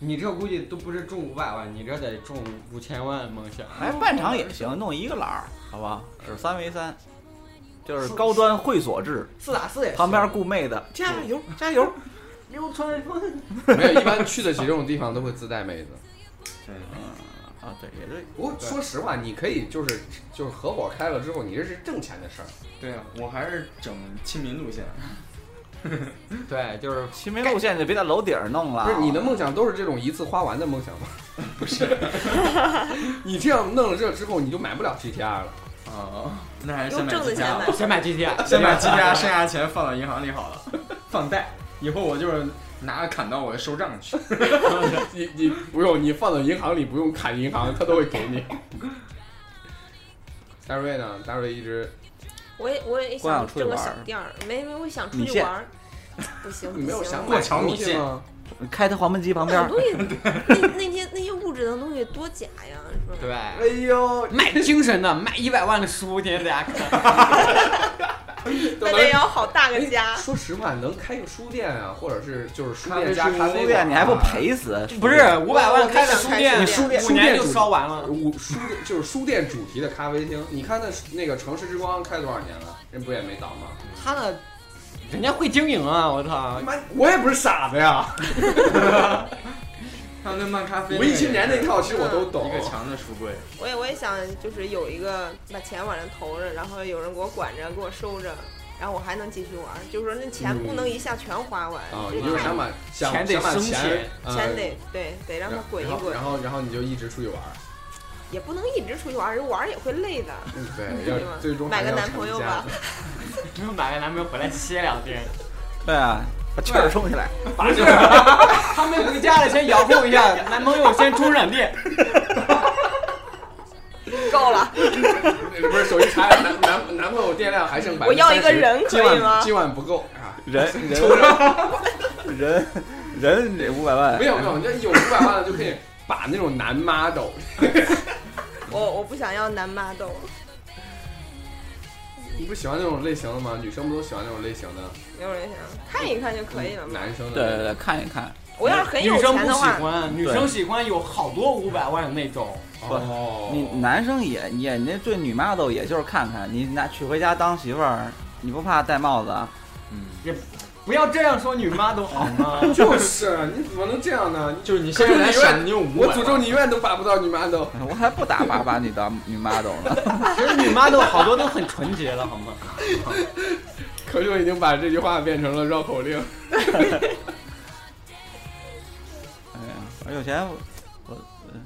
你这估计都不是中五百万，你这得中五千万梦想。哎，半场也行，弄一个篮儿，好吧？是三 v 三，就是哎高端会所制，四打四也行旁边雇妹子，加油加油！ 流川枫，没有，一般去得起这种地方都会自带妹子。啊，对，也对，不过说实话，你可以就是就是合伙开了之后，你这是挣钱的事儿。对啊，我还是整亲民路线。对，就是齐眉路线就别在楼顶儿弄了。不是你的梦想都是这种一次花完的梦想吗？ 不是，你这样弄了这之后，你就买不了 GTR 了。哦，那还是先用买挣的机钱票买吧。。先买 GTA，先 把 GTR 剩下的钱放到银行里好了，放贷。以后我就是拿着砍刀，我就收账去。你你不用，你放到银行里不用砍 银行，他都会给你。大瑞呢？大瑞一直我也我也光想想出去挣个玩小儿店儿，没没，我想出米去线玩儿，不行，你没有不行想过买桥米东西线吗？开它黄焖鸡旁边那儿种，东西，那那些那些物质的东西多假呀，是吧？对，哎呦，卖精神的，卖一百万的书，天天在家看。那得有好大个家。哎说实话，能开个书店啊，或者是就是书咖啡店加书咖书啡店馆，啊你还不？赔死？不是五百万开的我书没店，想开书店五书店年就主烧完了。五书店就是书店主题的咖啡厅，你看那那个城市之光开多少年了，人不也没倒吗？他的，人家会经营啊！我操，妈，我也不是傻子呀，还有那漫咖啡，文艺青年那套其实我嗯都懂一。个墙的书柜， 我也我也想，就是有一个把钱往上投着，然后有人给我管着，给我收着，然后我还能继续玩儿。就是说那钱不能一下全花完，嗯啊，这你就是太想把想钱得想把生钱钱呃钱得对得让它滚一然后滚然，后然后你就一直出去玩儿，也不能一直出去玩儿，人玩儿也会累的。嗯对，对要吧最终买还个要男成朋友家吧，买个男朋友回来歇两天，对啊，把气儿充起来。 不是， 他没回家了，先遥控 一下，男朋友先充闪电。够了， 不是手机查一下男男男朋友电量还剩百，我要一个人可今以晚吗？今晚不够啊，人抽着 人人这五百 万没有没有，你这有五百万了就可以把那种男 model，我我不想要男妈豆， 你不喜欢那种类型的吗？女生不都喜欢那种类型的没有人想看一看就可以了嘛。男生的？对对对，看一看，嗯我要是 很有女生钱不的喜话，欢，女生喜欢有好多五百万的那种，哦，你男生也也那对女 model 也就是看看，你拿娶回家当媳妇儿，你不怕戴帽子啊？不要这样说女妈都好 吗？就是你怎么能这样呢？你就是你现在来想，你有五 我百诅咒你永远都把不到女 model。我还不打把把你当女 model 呢。其实女妈都好多都很纯洁了，好 吗？可就已经把这句话变成了绕口令。哎呀，反正有钱我我呃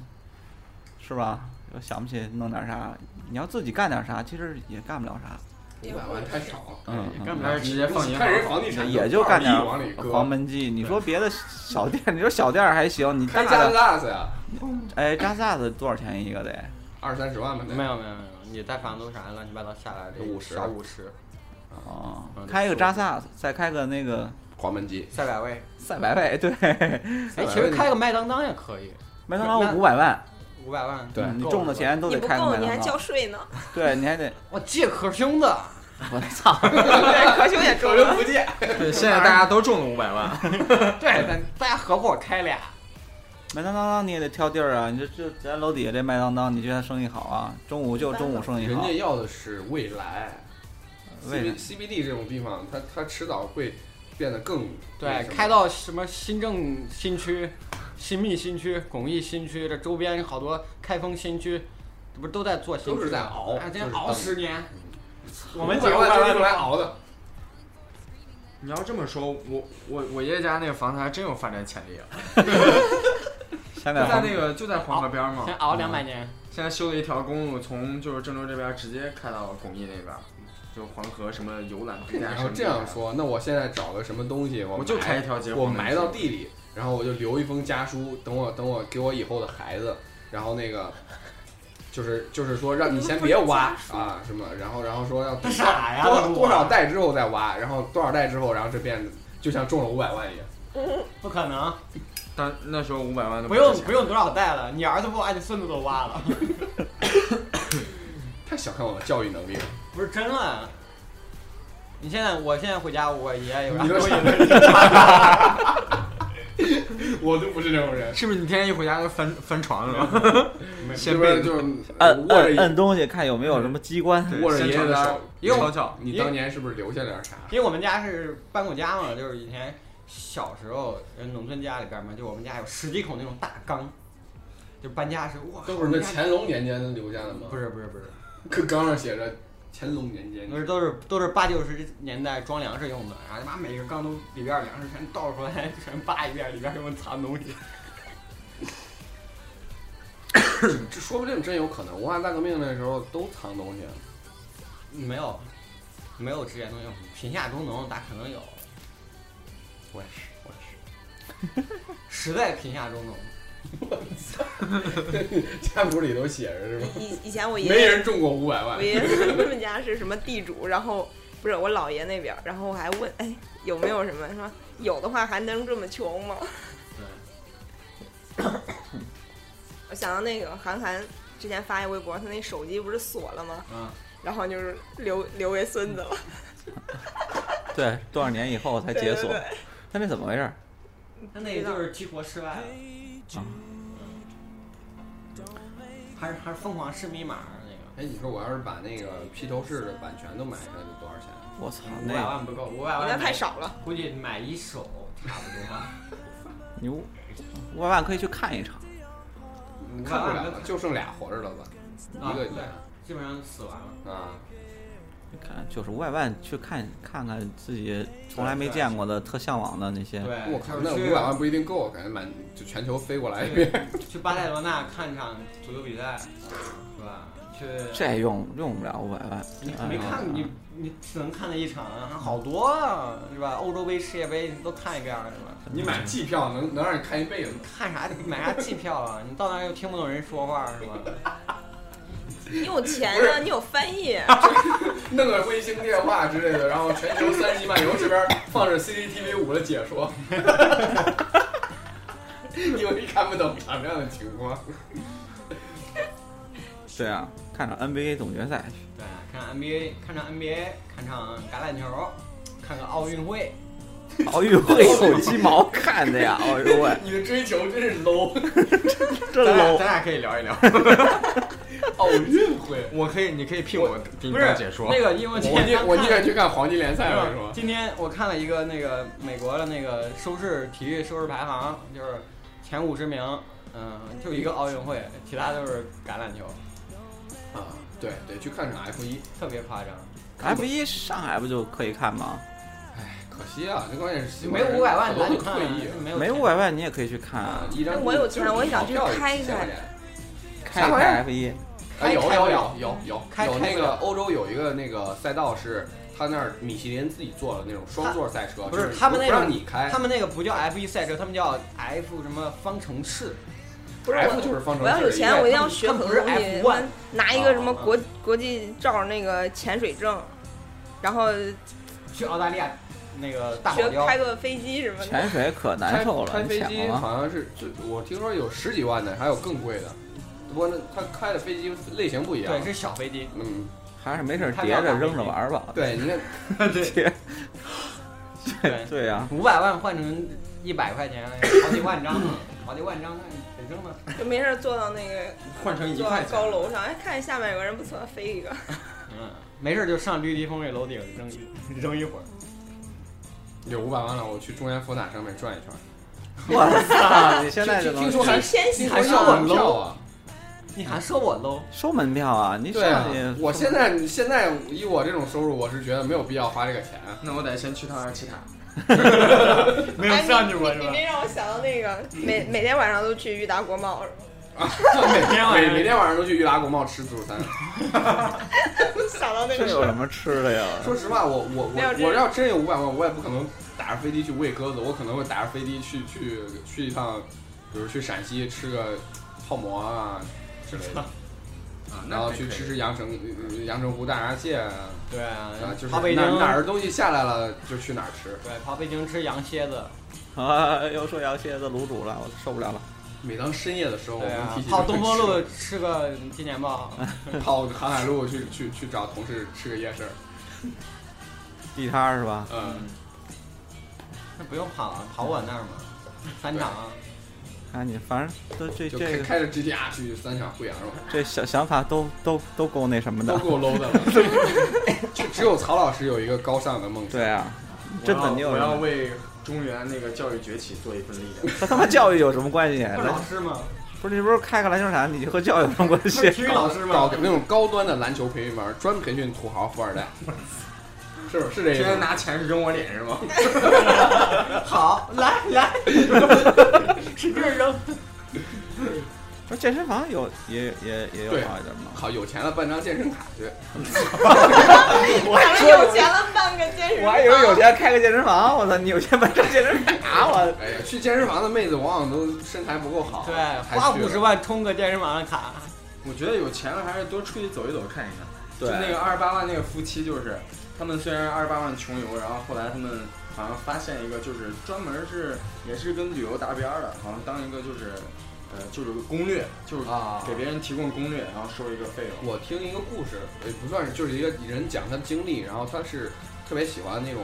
是吧？我想不起弄点啥，你要自己干点啥，其实也干不了啥。五百万太少，嗯，嗯还是直接放银行看？人房地产也就干点二十亿往里搁，黄焖鸡。你说别的小店，你说小店还行，你大开加的，拉斯呀，哎，扎萨的多少钱一个得？二三十万吧，没有没有没有，你带房租啥乱七八糟下来这50小五十，哦嗯，开一个扎萨，再开个那个黄焖鸡。赛百味。赛百味， 对，哎，其实开个麦当当也可以，麦当劳那五百万，五百万。对嗯你够中的了钱都你得不开个够麦你还当交劳，税呢，对，你还得，我借可凶 的，我操，对，可兄也中了。不见，对， 现在大家都中了五百万，对，咱 大家合伙开俩，麦当当你也得挑地儿啊，你这就咱楼底下这麦当当，你觉得生意好啊？中午就中午生意人好家，要的是未来。为啥 CB CBD 这种地方，它它迟早会变得更那对，什么开到什么新政新区、新密新区、巩义新区，这周边好多开封新区，这不都在做新区？都是在熬就啊，是真熬等啊十年。我我们们几几个个外就是来用来熬的。 你要这么说，我我我爷爷家那个房子还真有发展潜力啊，现就在 在那个就在黄河边儿嘛先，熬两百年，现在修了一条公路，从就是郑州这边直接开到巩义那边，就黄河什么游览度假。然后这样，说，那我现在找个什么东西，我我就埋开一条街，我埋到地里，然后我就留一封家书，等我等我给我以后的孩子，然后那个就是就是说让你先别挖啊什么，然后然后说要多傻呀多都是多我少代之后再挖，然后多少代之后，然后这变得就像中了五百万一样。不可能，但那时候五百万都不用不用多少代了，你儿子不挖，你孙子都 挖了，太小看我的教育能力了，不是真啊的。你现在，我现在回家，我爷爷有啥你都东西想？我就不是这种人，是不是你天天一回家就翻 翻床是吧？这先边被就是摁握着呃摁一摁东西，看有没有什么机关。握着爷爷的手，先床单敲敲，你当年是不是留下了点啥？因为我们家是搬过家嘛，就是以前小时候人农村家里边嘛，就我们家有十几口那种大缸，就搬家时候哇，都是那乾隆年间留下的吗？不是不是不是，是，缸上写着乾隆年间。那都是都是八九十年代装粮食用的，然后他妈每个缸都里边粮食全倒出来， 全扒一遍，里边给我藏东西。这说不定真有可能，文化大革命那时候都藏东西，没有，没有之前东西，贫下中农咋可能有？我也是，我也是。实在贫下中农， 家谱里头写着是吗？以以前我爷没爷人中过五百万 我，爷爷他们家是什么地主，然后不是我姥爷那边儿，然后我还问，哎，有没有什么？说有的话还能这么穷吗？ 我想到那个韩寒之前发一微博，他那手机不是锁了吗？嗯然后就是留留给孙子了，对，多少年以后才对解锁对？对他那怎么回事儿？他那个就是激活室外了，还是还是凤凰式密码那个。哎，你说我要是把那个披头士的版权都买下来，得多少钱？我操，五那百个万不够，五百你万那买太，少了。估计买一手差不多吧。你五五百万可以去看一场，你看不了了，就剩俩活着的了，啊，一个对一，个基本上死完了。啊，你看就是五百万去看看看自己从来没见过的、特向往的那些。对，我靠，就是那去五百万不一定够，啊感觉满就全球飞过来一 遍。去巴塞罗那看场足球比赛，是吧？去这用用不了五百万，嗯你没看你你只能看那一场啊，还好多啊，是吧？欧洲杯、世界杯你都看一遍了，是吧？你买季票能能让你看一辈子吗？看啥买啥机票啊？你到那儿又听不懂人说话，是吧？你有钱不啊，是你有翻译，弄个卫星电话之类的，然后全球三级漫游这边放着 CCTV 五的解说， 因为看不懂场上的情况。对啊，看场 NBA 总决赛去。对，看 NBA，看场 NBA，看场橄榄球，看个奥运会。奥运会有鸡毛看的呀！奥运会你的追求真是 low，真咱俩 low 咱。俩可以聊一聊， 奥运会。我可以，你可以聘我给你不当是解说那。个，因为今我天宁刚我看宁愿去看黄金联 哎赛了，是不是吗？今天我看了一个那个美国的那个收视体育收视排行，就是前五十名，嗯，就一个奥运会，其他都是橄榄球，啊，对，得去看场 F 一。特别夸张。 F 一上海不就可以看吗？可惜啊，这关键是没五百万我咱都就看退役了。没有没五百万你也可以去看啊啊！，一张我有钱我也想去开开开一开 F 一，哎，有开开有不有了有有开有开那不个了欧洲有一个那个赛道是，他那儿米其林自己做了那种双座赛车，不就是他们不那种让你开他们那个不叫 F 一赛车，他们叫 F 什么方程式，不是，F 我。就是方程式。我要有钱，我一定要学他很们多不是东西， F1 拿一个什么国国际照那个潜水证，然后去澳大利亚那个大堡学礁开。个飞机什么的。潜水可难受开了，飞你机想啊吗？好像是，就我听说有十几万的，还有更贵的。不过那他开的飞机类型不一样对，。是小飞机，嗯，还是没事儿叠着扔着玩儿吧。对，你看，对对， 对 呀，五百万换成一百块钱，好几万张 呢，好几万张，那得扔了。就没事儿坐到那个换成一坐到块钱，高楼上，哎，看下面有个人不错，飞 一个。嗯，没事儿就上绿地风这楼顶扔一扔一会儿。有五百万了，我去中原佛塔上面转一圈。我操！你现在就听听能说还先行听还说是要我门票啊？你还说我 low？收门票啊？你对啊上去，，我现在现在以我这种收入，我是觉得没有必要花这个钱。啊 那我得先去趟阿尔奇塔。哎，你你没你没让我想到那个，嗯每每天晚上都去裕达国贸， 每天晚上每每天晚上都去裕达国贸吃自助餐。 想到那这个有什么吃的呀？说实话，我我没有这我我要真有五百万，我也不可能打着飞机去喂鸽子，我可能会打着飞机去去去一趟，比如去陕西吃个泡馍啊之类的，啊，然后去吃吃阳澄呃阳澄湖大闸蟹啊，对啊啊就是跑北哪京哪儿的东西下来了就去哪儿吃。对，跑北京吃羊蝎子，啊，又说羊蝎子卤煮了，我受不了了。每当深夜的时候，我对们啊提起，跑东风路吃个纪 念报，跑航海路去去去找同事吃个夜市，地摊儿是吧？嗯，那不用跑啊了，跑我那儿嘛，三场啊看哎你，反正都这就开这个开着 GTR 去三场惠阳了。这想想法都都都够那什么都的。够 low 的了，就 只有曹老师有一个高尚的梦想。对啊，真的你有我什要么？为中原那个教育崛起做一份力 量。和他妈教育有什么关系？啊不是老师吗？不是你不是开个篮球场，你和教育有什么关不是系？ 体育老师搞吗？那种高端的篮球培训班，专培训土豪富二代，是不是这意天天思？拿钱扔我脸是吗？ 好，来来，使劲扔，那健身房有也也也有对好一点吗？好，有钱了办张健身卡去。咱们有钱了办个健身我还以为有钱开个健身房，我操！你有钱办张健身卡，我哎呀，去健身房的妹子往往都身材不够好，对，还花去五十万充个健身房的卡，我觉得有钱了还是多出去走一走看一看。对就那个二十八万那个夫妻，就是他们虽然二十八万穷游，然后后来他们好像发现一个，就是专门是也是跟旅游搭边儿的，好像当一个就是呃就是攻略，就是啊，给别人提供攻略，然后收一个费用。我听一个故事，也不算是，就是一个人讲他经历，然后他是特别喜欢那种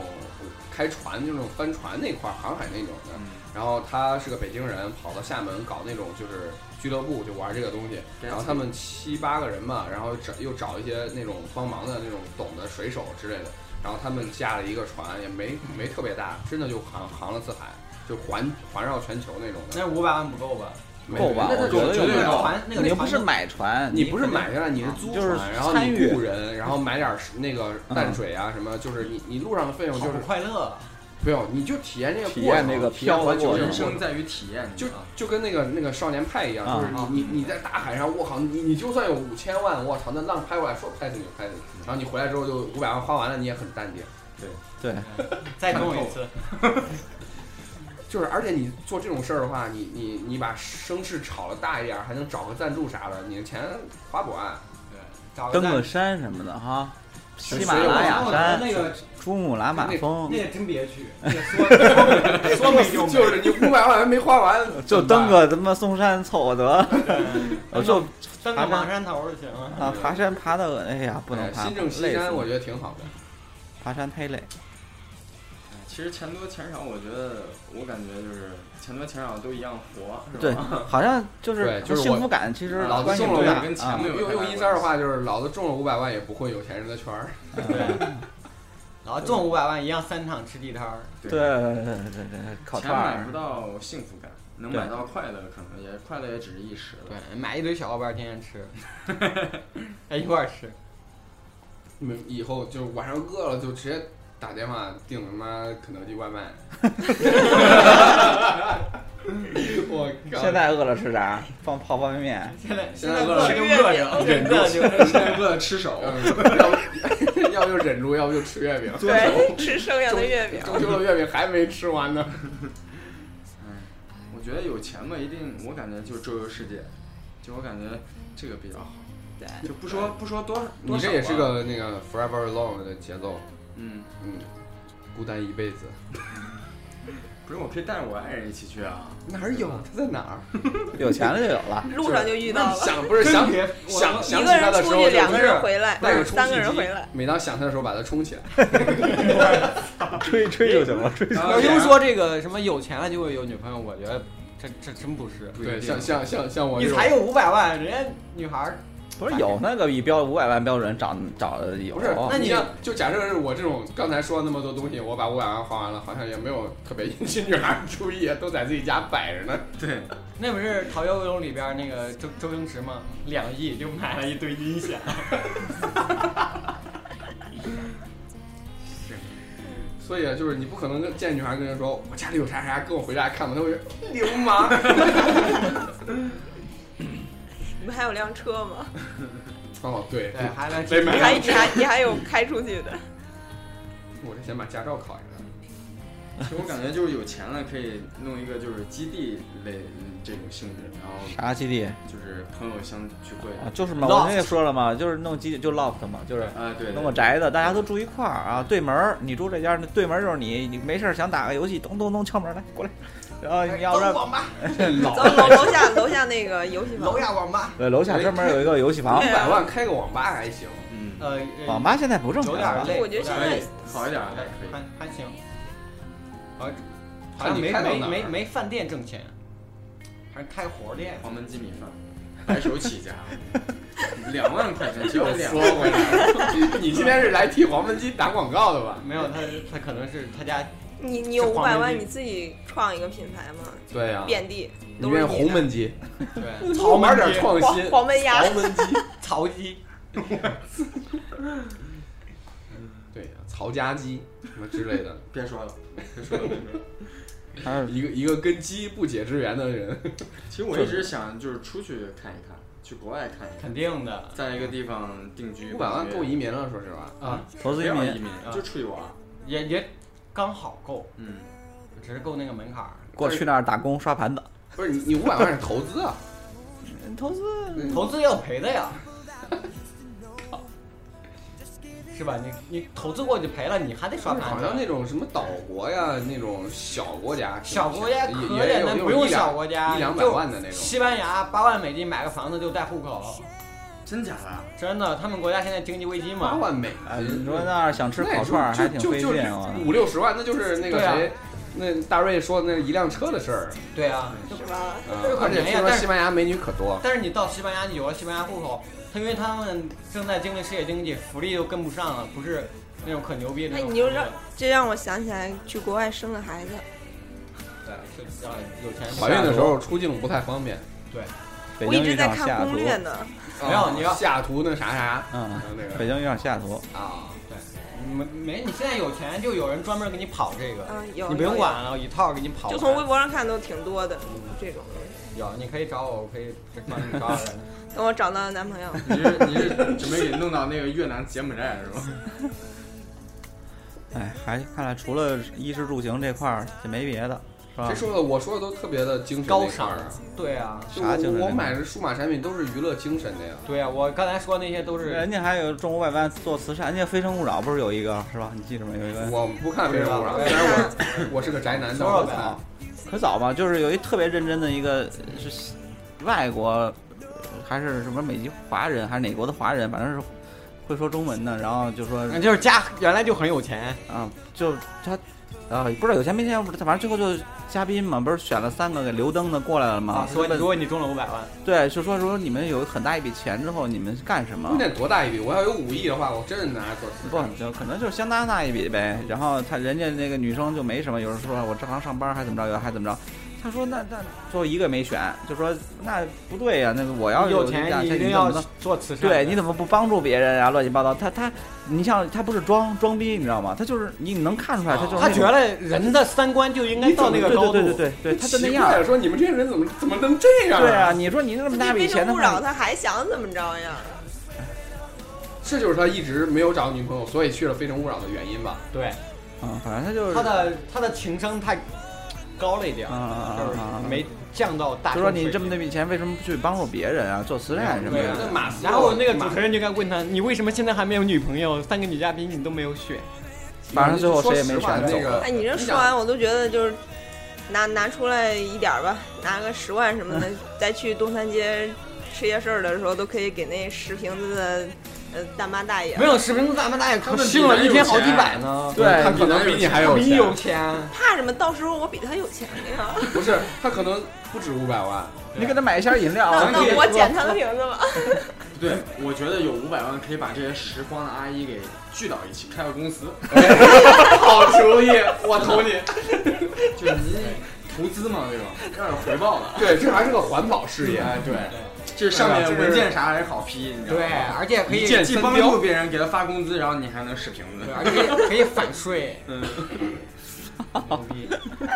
开船，就那种帆船那块儿航海那种的。然后他是个北京人，跑到厦门搞那种就是俱乐部，就玩这个东西。然后他们七八个人嘛，然后找又找一些那种帮忙的那种懂的水手之类的。然后他们下了一个船，也没没特别大，真的就航航了四海，就环环绕全球那种的。那五百万不够吧？没够吧？那我那觉得绝有对必够要船那个你又船不是买船，你不是买下来，你是租船，啊就是然后参你与嗯雇人，然后买点儿那个淡水啊什么，就是你你路上的费用好就是快乐，不用，你就体验这个体过程验那个体验漂环球泊人人的生生。在于体验，就你知道吗就跟那个那个少年派一样，啊就是你你你在大海上，我靠，你你就算有五千万，我操，那浪拍过来说拍死你就拍死你，然后你回来之后就五百万花完了，你也很淡定，对，再中一次，就是而且你做这种事儿的话，你你你把声势炒的大一点儿，还能找个赞助啥的，你的钱花不完。找个登赞个山什么的哈，喜水马拉雅我觉得山、那个珠穆朗玛峰那，个真别去，那个 说说没就没就是你五百万还没花完， 就登个他妈嵩山凑合 得，我就登个马山头就行了。啊爬山爬的，哎呀不能爬，新政西累死山我了，觉得挺好的。爬山太累。其实钱多钱少，我觉得我感觉就是钱多钱少都一样活，是吧？对， 好像就是对就是我幸福感，其实啊老子关系中不了大我跟钱啊没有用太大用一三关儿系的话就是，老子中了五百万也不混有钱人的圈儿。然后中五百万一样三场吃地摊儿，对对对对对，烤钱串买儿不，到幸福感，能对买到快乐，可能也快乐也只是一时的。对，买一堆小伙伴天天吃，哎一块儿吃，你们嗯以后就晚上饿了就直接打电话订他妈肯德基外卖。 我靠！现在饿了吃啥？放泡方便面。现在现在饿了吃个热量，忍住，现 在饿得 吃手。要不要不就忍住，要不就吃月饼。对，吃剩下的月饼。中秋的月饼还没吃完呢。我觉得有钱嘛，一定，我感觉就周游世界，就我感觉这个比较好。对，就不说不说多多你少啊这吧也是个那个 forever alone 的节奏，嗯，嗯，孤单一辈子。不是，我可以带着我爱人一起去啊。哪有？他在哪儿？啊有钱了就有 了。路上就遇到了， 想不是想别想想一个起他人的时出候去，就两个是人回来带着，三个人回来。每当想他的时候，把他冲起来。吹吹就行了，吹。有人说这个什么有钱了就会有女朋友，我觉得这这真不是。对，像像像像我你这种才，有五百万，人家女孩儿不是有那个以标五百万标准找找的有，不是？那你你像就假设是我这种刚才说了那么多东西，我把五百万花完了，好像也没有特别 引起女孩儿注意，都在自己家摆着呢。对，那不是《逃学威龙》里边儿那个周周星驰吗？两亿就买了一堆音响，所以啊就是你不可能跟见女孩跟人说我家里有啥啥，跟我回家看吧，她会说流氓。你们还有辆车吗？哦，对对，啊还能得买你还你还你还有开出去 的？我得先把驾照考一下。其实我感觉 就是有钱了可以弄一个就是基地类嗯这种性质，然后啥基地就是朋友相聚会。啊？就是嘛，我刚才也说了嘛，就是弄基地就 loft 嘛，就是啊，对，对弄个宅子，大家都住一块儿啊，对门儿，你住这家，那对门儿就是你，你没事儿想打个游戏，咚咚咚敲门儿来过来，然后你要不然走楼楼下楼下那个游戏楼房，下网吧，对楼下专门有一个游戏房五，百万开个网吧还行，嗯，呃，网吧现在不挣钱有点儿了，累，我觉得现可在以好一点还可以。还还行，好像好看像你没开到没哪儿啊没没饭店挣钱，还是开火锅店。啊黄焖鸡米饭，白手起 家，两万块钱就又两说回来 了，你今天是来替黄焖鸡打广告的吧？没有他，他可能是他家你你有是五黄百焖万，鸡你自己创一个品牌吗？对呀、遍地你都是你变啊红的焖鸡，对好玩点创黄新。黄焖鸭，焖鸡，曹鸡，对呀、曹家鸡什么之类的。别说了，别说了，还是一个一个跟鸡不解之缘的人，其实我一直想就是出去看一看，去国外看一看，肯定的。在一个地方定居。五百万够移民了，说实话。啊，投资不移要民移。民，就出去玩儿。也也刚好够，嗯，只是够那个门槛儿。过去那儿打工刷盘子， 不是你，你五百万是投 资啊，投资嗯投资也有赔 的呀，是吧？你你投资过去赔了，你还得刷盘好像子。那种什么岛国呀，那种小国家，小国家可也也有以，那那种不用一两小国家，一两百就万的那种。西班牙八万美金买个房子就带户口，真假的？真的，他们国家现在经济危机八嘛。万美哎啊，金，你说那儿想吃那也烤就串儿就还挺就费就劲啊。五六十万，那就是那个对啊谁，那大瑞说的那一辆车的事儿。对啊，就是吧？嗯，可而且便宜听啊说但是西班牙美女可多。但是你到西班牙，你有了西班牙户口，他因为他们正在经历世界经济，福利又跟不上了，不是那种可牛逼的那哎，种福你利就了。让这让我想起来去国外生个孩子，对，就让有钱人怀孕的时候出境不太方啊便。北我一京直遇在上西雅看攻图，略呢。没有你要啊下图那啥啥，嗯，然后那北京遇上西雅图，个啊，你们没，你现在有钱就有人专门给你跑这个，嗯，有你不用有管了，一套给你跑完。就从微博上看都挺多的这种。有，你可以找我，我可以帮你找人。 等我找到男朋友，你是你是 准备给弄到那个越南柬埔寨是吧？哎，还看来除了衣食住行这块儿就没别的，是吧谁？说的？我说的都特别的精神高那块儿啊。对啊，就啥精神我我那块儿买的数码产品都是娱乐精神的呀。对啊，我刚才说那些都是人家还有中国外班做慈善，人家《非诚勿扰》不是有一个是吧？你记着没？有一个我不看《非诚啊勿扰》，虽然哎我我是个宅男，但说我说呗啊看。可早嘛，就是有一特别认真的一个是外国呃还是什么美籍华人还是哪国的华人，反正是会说中文的，然后就说嗯，就是家原来就很有钱，啊，就他啊，不知道有钱没钱，不知道，反正最后就嘉宾嘛，不是选了三个给刘登的过来了嘛，啊说如就问果你中了五百万，对，就说说你们有很大一笔钱之后，你们干什么？那多大一笔？我要有五亿的话，我真的拿来做慈不善。，就可能就是相当大一笔呗。然后他人家那个女生就没什么，有人说我正常上班还怎么着，有人还怎么着。他说那那最后一个没选，就说那不对呀、那个我要是有这样钱你这一定你要怎么能做慈善。对，你怎么不帮助别人啊？乱七八糟。他他，你像他不是装装逼，你知道吗？他就是你能看出来，他就是他那觉种得人的三观就应该到那个高度。对对对对对，他就那奇 样怪。了，说你们这些人怎么怎么能这样？对啊，，你说你那么你大笔非钱诚的勿扰话，他还想怎么着呀？这就是他一直没有找女朋友，所以去了《非诚勿扰》的原因吧？对嗯，反正他就是他的他的情商太高了一点啊啊儿，啊就是啊啊，没降到大就众水平。说你这么大笔钱为什么不去帮助别人啊？做慈善什么对啊的。那马斯洛，然后那个主持人就该问他，你为什么现在还没有女朋友？三个女嘉宾你都没有选，反正最后谁也没说实话选走那个哎，你这说想完我都觉得就是拿拿出来一点儿吧，拿个十万什么的，再去东三街吃夜市儿的时候，都可以给那十瓶子的呃大妈大爷没。有视频大妈大爷可们信了，比咱一天有好几钱百呢。对他可能比你还有比你钱，有钱，怕什么？到时候我比他有钱呀！不是他可能不止五百万，你给他买一 箱饮料那啊，那我捡他的瓶子吧。不 对，我觉得有五百万可以把这些拾荒的阿姨给聚到一起，开个公司。好主意，我投你。就是您投资嘛，对吧？要有回报 的。 对，这还是个环保事业。哎，对，这上面文件啥还好批，你知道对，吗？而且可以一键既帮助别人，给他发工资，然后你还能使瓶子对，。而且可以反税，嗯， 牛逼！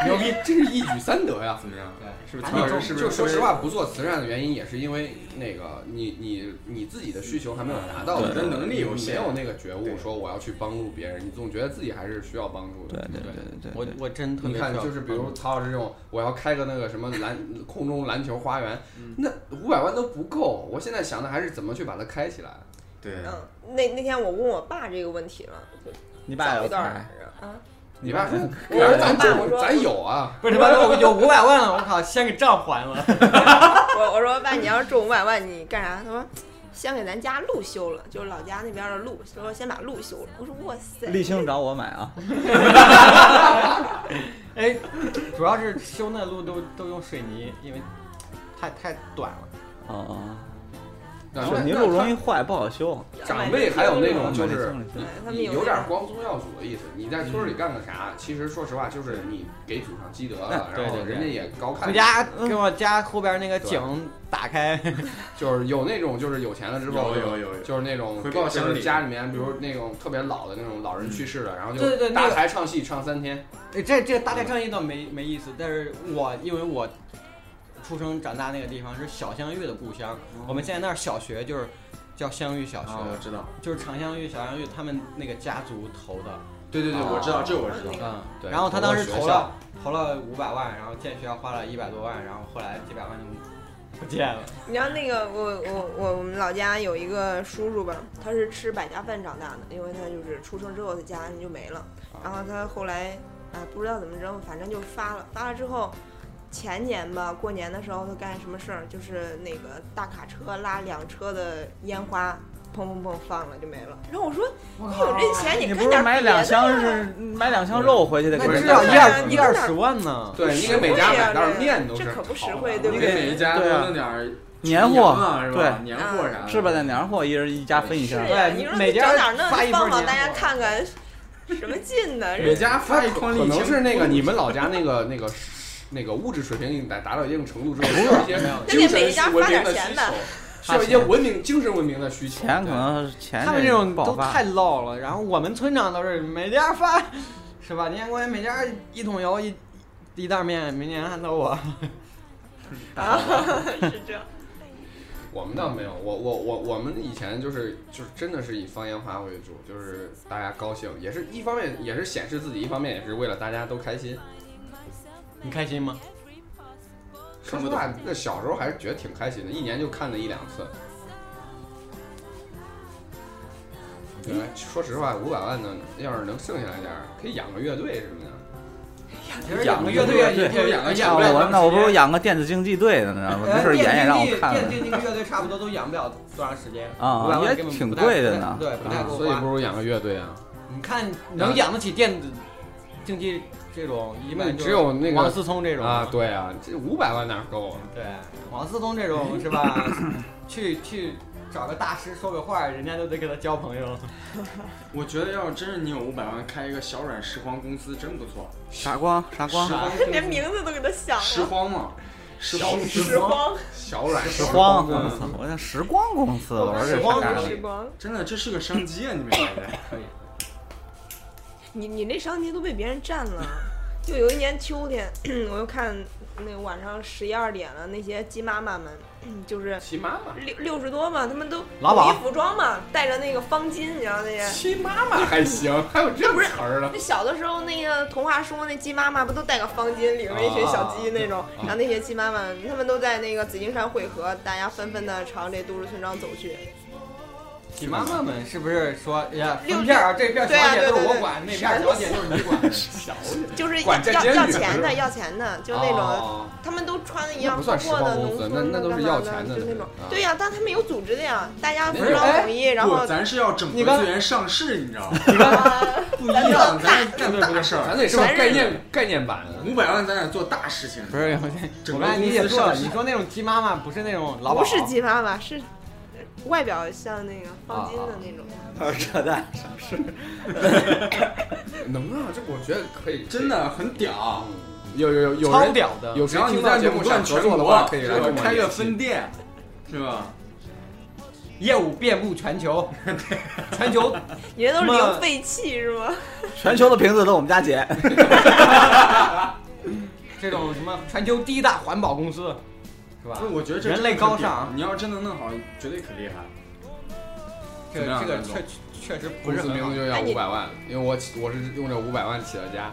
牛逼，这是一举三得呀。怎么样？对，是不赶紧是曹啊老中师？是不是就说实话，不做慈善的原因也是因为那个你你你自己的需求还没有达到，对你的能力有对没有那个觉悟对，说我要去帮助别人，你总觉得自己还是需要帮助对的。对对对我对，我真特你别看，需要就是比如曹老师这种，我要开个那个什么篮空中篮球花园，那五百万都不够。我现在想的还是怎么去把它开起来。对，嗯，那那天我问我爸这个问题了，你爸找有一段钱儿，啊，你爸说，我儿咱我这说咱有啊，不是他妈的，我有五百万了，我靠，先给账还了。啊我我说爸，你要是中五百万，你干啥？他说先给咱家路修了，就是老家那边的路，说先把路修了。我说哇塞，沥青找我买啊，哎，主要是修哦那路都都用水泥，因为太太短了。哦哦，那水泥路嗯容易坏，不好修。长辈还有那种就是对他们你有那点种光宗耀祖的意思。你在村里干个啥？其实说实话，就是你给祖上积德哎了，对然后对对人家也高看我你。家嗯给我家后边那个井打开，就是有那种就是有钱了之后，有有有有就是那种回报乡里就是家里面，比如那种特别老的那种老人去世了，然后就对对那搭个台唱戏唱三天，哎这这大概仗义倒没没意思，但是我因为我出生长大那个地方是小香玉的故乡，我们现在那儿小学就是叫香玉小学，啊，我知道，就是长香玉、小香玉他们那个家族投的，对对对，啊我知道，这我知道。嗯，对然后他当时投投了学校了投了五百万，然后建学校花了一百多万，然后后来几百万就不见了。你知道那个我我我我们老家有一个叔叔吧，他是吃百家饭长大的，因为他就是出生之后他家人就没了，然后他后来哎不知道怎么着，反正就发了，发了之后前年吧过年的时候他干什么事儿，就是那个大卡车拉两车的烟花。砰砰砰放了就没了，然后我说你有这钱你你干点别不是的买两箱吧是买两箱肉回去得那给不是至人少家一对啊二你一二这十万呢。对你给每家买袋儿面都是啊这可不实好的惠，对不你给每一对？家多对啊弄点儿年羊货啊，是吧？对年货啥的，是吧？那年货一人一家分一箱是。呀，对你说哎每家整点儿那发一份放放年大家货看看，什么劲呢？每家发一筐可沥青，能是那个你们老家那个那个那个物质水平已经达达到一定程度之后，需要一些精神文明的需求，需要一些文明精神文明的需求。钱可能钱他们这种不好都发太唠了，然后我们村长都是每家发，是吧？年过年每家一桶油一一袋面，明年还到我。 啊，是这样。我们倒没有，我我我我们以前就是就是真的是以放烟花为主，就是大家高兴，也是一方面也是显示自己，一方面也是为了大家都开心。你开心吗？说实话，那小时候还是觉得挺开心的，一年就看那一两次。对，说实话，五百万呢，要是能剩下来点儿，可以养个乐队什么的。其实养个个乐队乐也队也养个养那哎不不啊了我长那我时不如间养个电子竞技队呢？然后没事儿演演让我看呃电看竞乐队差不多都养不了多长时间啊500万也根本挺不太贵的呢啊对，不太够所以花不。如养个乐队啊。你看能养得起电子竞技这种，一那般你就只有那王个思聪这种啊，，对啊，这五百万哪够 啊？对，王思聪这种是吧？ 去去找个大师说个话，人家都得给他交朋友。我觉得要真是你有五百万，开一个小软拾荒公司真不错。傻光傻光拾啊荒连名字都给他想拾了，荒嘛，拾荒时光，小软时石光光公司，我想时光公司，我说这光是啥时光。真的这是个商机啊！你们觉得？你你那商机都被别人占了。就有一年秋天， 我就看那个晚上十一二点了，那些鸡妈妈们，就是骑妈妈，六六十多嘛，他们都老统鸨一服装嘛，带着那个方巾，你知道那些。骑妈妈还行，还有这词儿 呢。那小的时候，那个童话书那鸡妈妈不都带个方巾，领着一群小鸡那啊种，然后那些鸡妈妈她们都在那个紫金山汇合，大家纷纷的朝这都市村庄走去。你妈妈们是不是说，哎呀，六分片儿啊，这片儿对啊小姐都对是对我管，那片儿小姐就是你管。 就是要管在要监狱要是钱吧的，要钱的，就那种，哦他们都穿的一那样不破算时破的髦农公司村的那那都干是嘛要钱的就那种那。个啊对呀，但他们有组织的呀，大家服那个装统一，然后不，咱是要整合你刚资源上市，你知道吗？ 啊不一样，咱得干大事哦咱儿。得上概念概念版啊。五百万，咱得做大事情。不是，我整刚个才理公解司错了，上市你，说那种鸡妈妈不是那种老鸨，不是鸡妈妈，是外表像那个方巾啊的那种。扯淡，啥事？ 能啊，这我觉得可以，真的很屌。有有有有超人屌的。有只谁要你听到在节垄目想断合全作的国话，，可以来是吧跟我开联个系分店，是吧？业务遍布全 球，全球你这都是妈零废弃是吗？全球的瓶子都我们家捡。这种什么全球第一大环保公司，是吧那？我觉得这人类真的高很屌尚你要真能弄好，绝对可厉害。这怎么样这个安总确确实不公是司很名好字。就哎要你五百万，因为我起我是用这五百万起的家，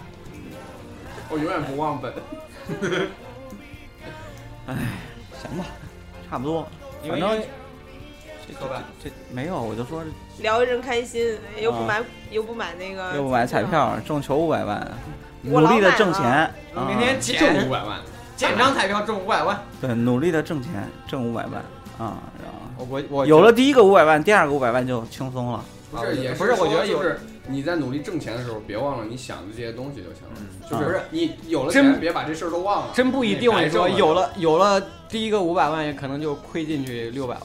我永远不忘本。行吧，差不多。因反为正这说吧，这没有，我就说聊一阵开心，又不啊买又不买那呃个，又不买彩，票，挣球五百万，努我老力的买挣了钱。明啊天挣捡五百万，捡张彩票中五百万。对，努力的挣钱，挣五百万啊，然后我我有了第一个五百万，第二个五百万就轻松了。不是也不是我觉得有就是你在努力挣钱的时候，别忘了你想的这些东西就行了。就不是是你有了真钱，别把这事儿都忘了。真不一定，我跟你说你白挣了有了有了第一个五百万，也可能就亏进去六百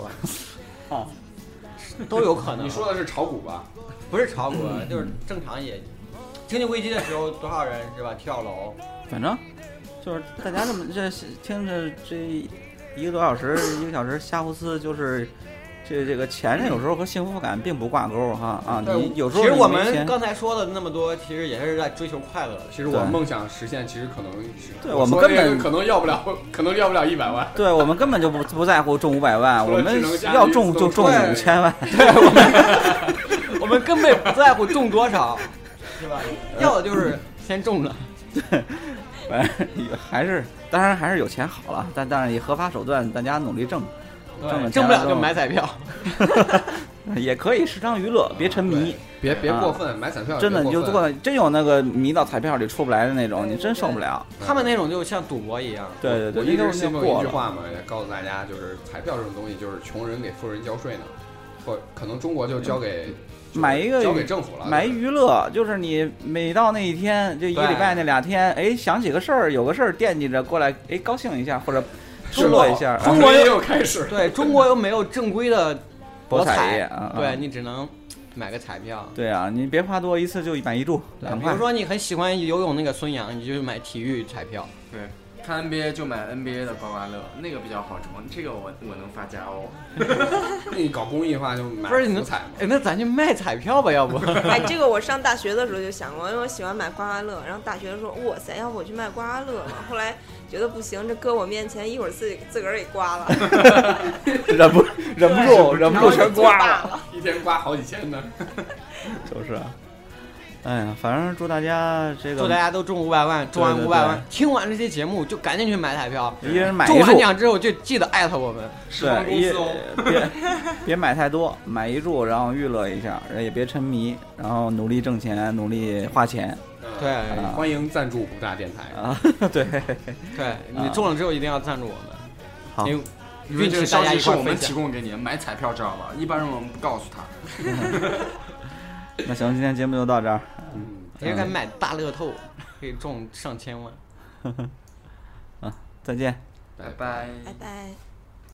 万。都有可哦能。你说的是炒股吧？不是炒股，啊就是正常也，经济危机的时候多少人是吧？跳楼，反正就是大家这么这听着这一个多小时、一个小时瞎胡思，就是这这个钱有时候和幸福感并不挂钩哈啊！但你有时候其实你我没们钱刚才说的那么多，其实也是在追求快乐的。 其实我对梦想实现，其实可能是对我们说那根个本可能要不了，可能要不了一百万。对我们根本就不不在乎中五百万，除了我们智能家要居中自就动中化五千万。我们根本不在乎中多少，是吧？要的就是先中 了。反正还是当然还是有钱好了，但当然以合法手段大家努力挣，挣了挣不钱了就买彩票。也可以适当娱乐，别沉迷。别别啊过分，买彩票也真的，别你就过做分到真有那个迷到彩票里出不来的那种，你真受不了。他们那种就像赌博一样，对对对，我那一都直是信奉过一句了。话嘛，也告诉大家，就是彩票这种东西，就是穷人给富人交税呢，或可能中国就交给就嗯买一个交给政府了，买娱乐就是你每到那一天，就一个礼拜那俩天，哎，想起个事儿，有个事儿惦记着过来，哎，高兴一下或者失落一下，啊中国又开始对中国又没有正规的博博彩业彩，啊，啊对你只能买个彩票。对啊，你别花多，一次就一买一注对，两比块如。说你很喜欢游泳那个孙杨，你就买体育彩票。看 NBA 就买 NBA 的刮刮乐，那个比较好中，这个我我能发家哦。那你搞公益化就买不是你能福彩哎，那咱就卖彩票吧，要 不？ 哎，这个我上大学的时候就想过，因为我喜欢买刮刮乐。然后大学说，哇塞，要不我去卖刮刮乐吧。后来觉得不行，这搁我面前，一会儿自己自个儿给刮 了， 忍不忍不住，忍不住全刮了。了。一天刮好几千 呢。就是啊，哎呀，反正祝大家这祝大个家都中五百万，中完对对五百万，听完这期节目就赶紧去买彩票。一人买中一完注，奖之后就记得艾特我们。对，一别别买太多，买一注，然后娱乐一下，也别沉迷，然后努力挣钱，努力花钱嗯对啊欢迎赞助不大电台，啊。 对，对，你中了之后一定要赞助我们。好因为因为这个运气大消家息一是块儿我们分享提供给你的，买彩票知道吧？一般人我们不告诉他。那行，今天节目就到这儿。嗯你也敢买大乐透，可以中上千万。再见。哎拜拜。哎拜拜。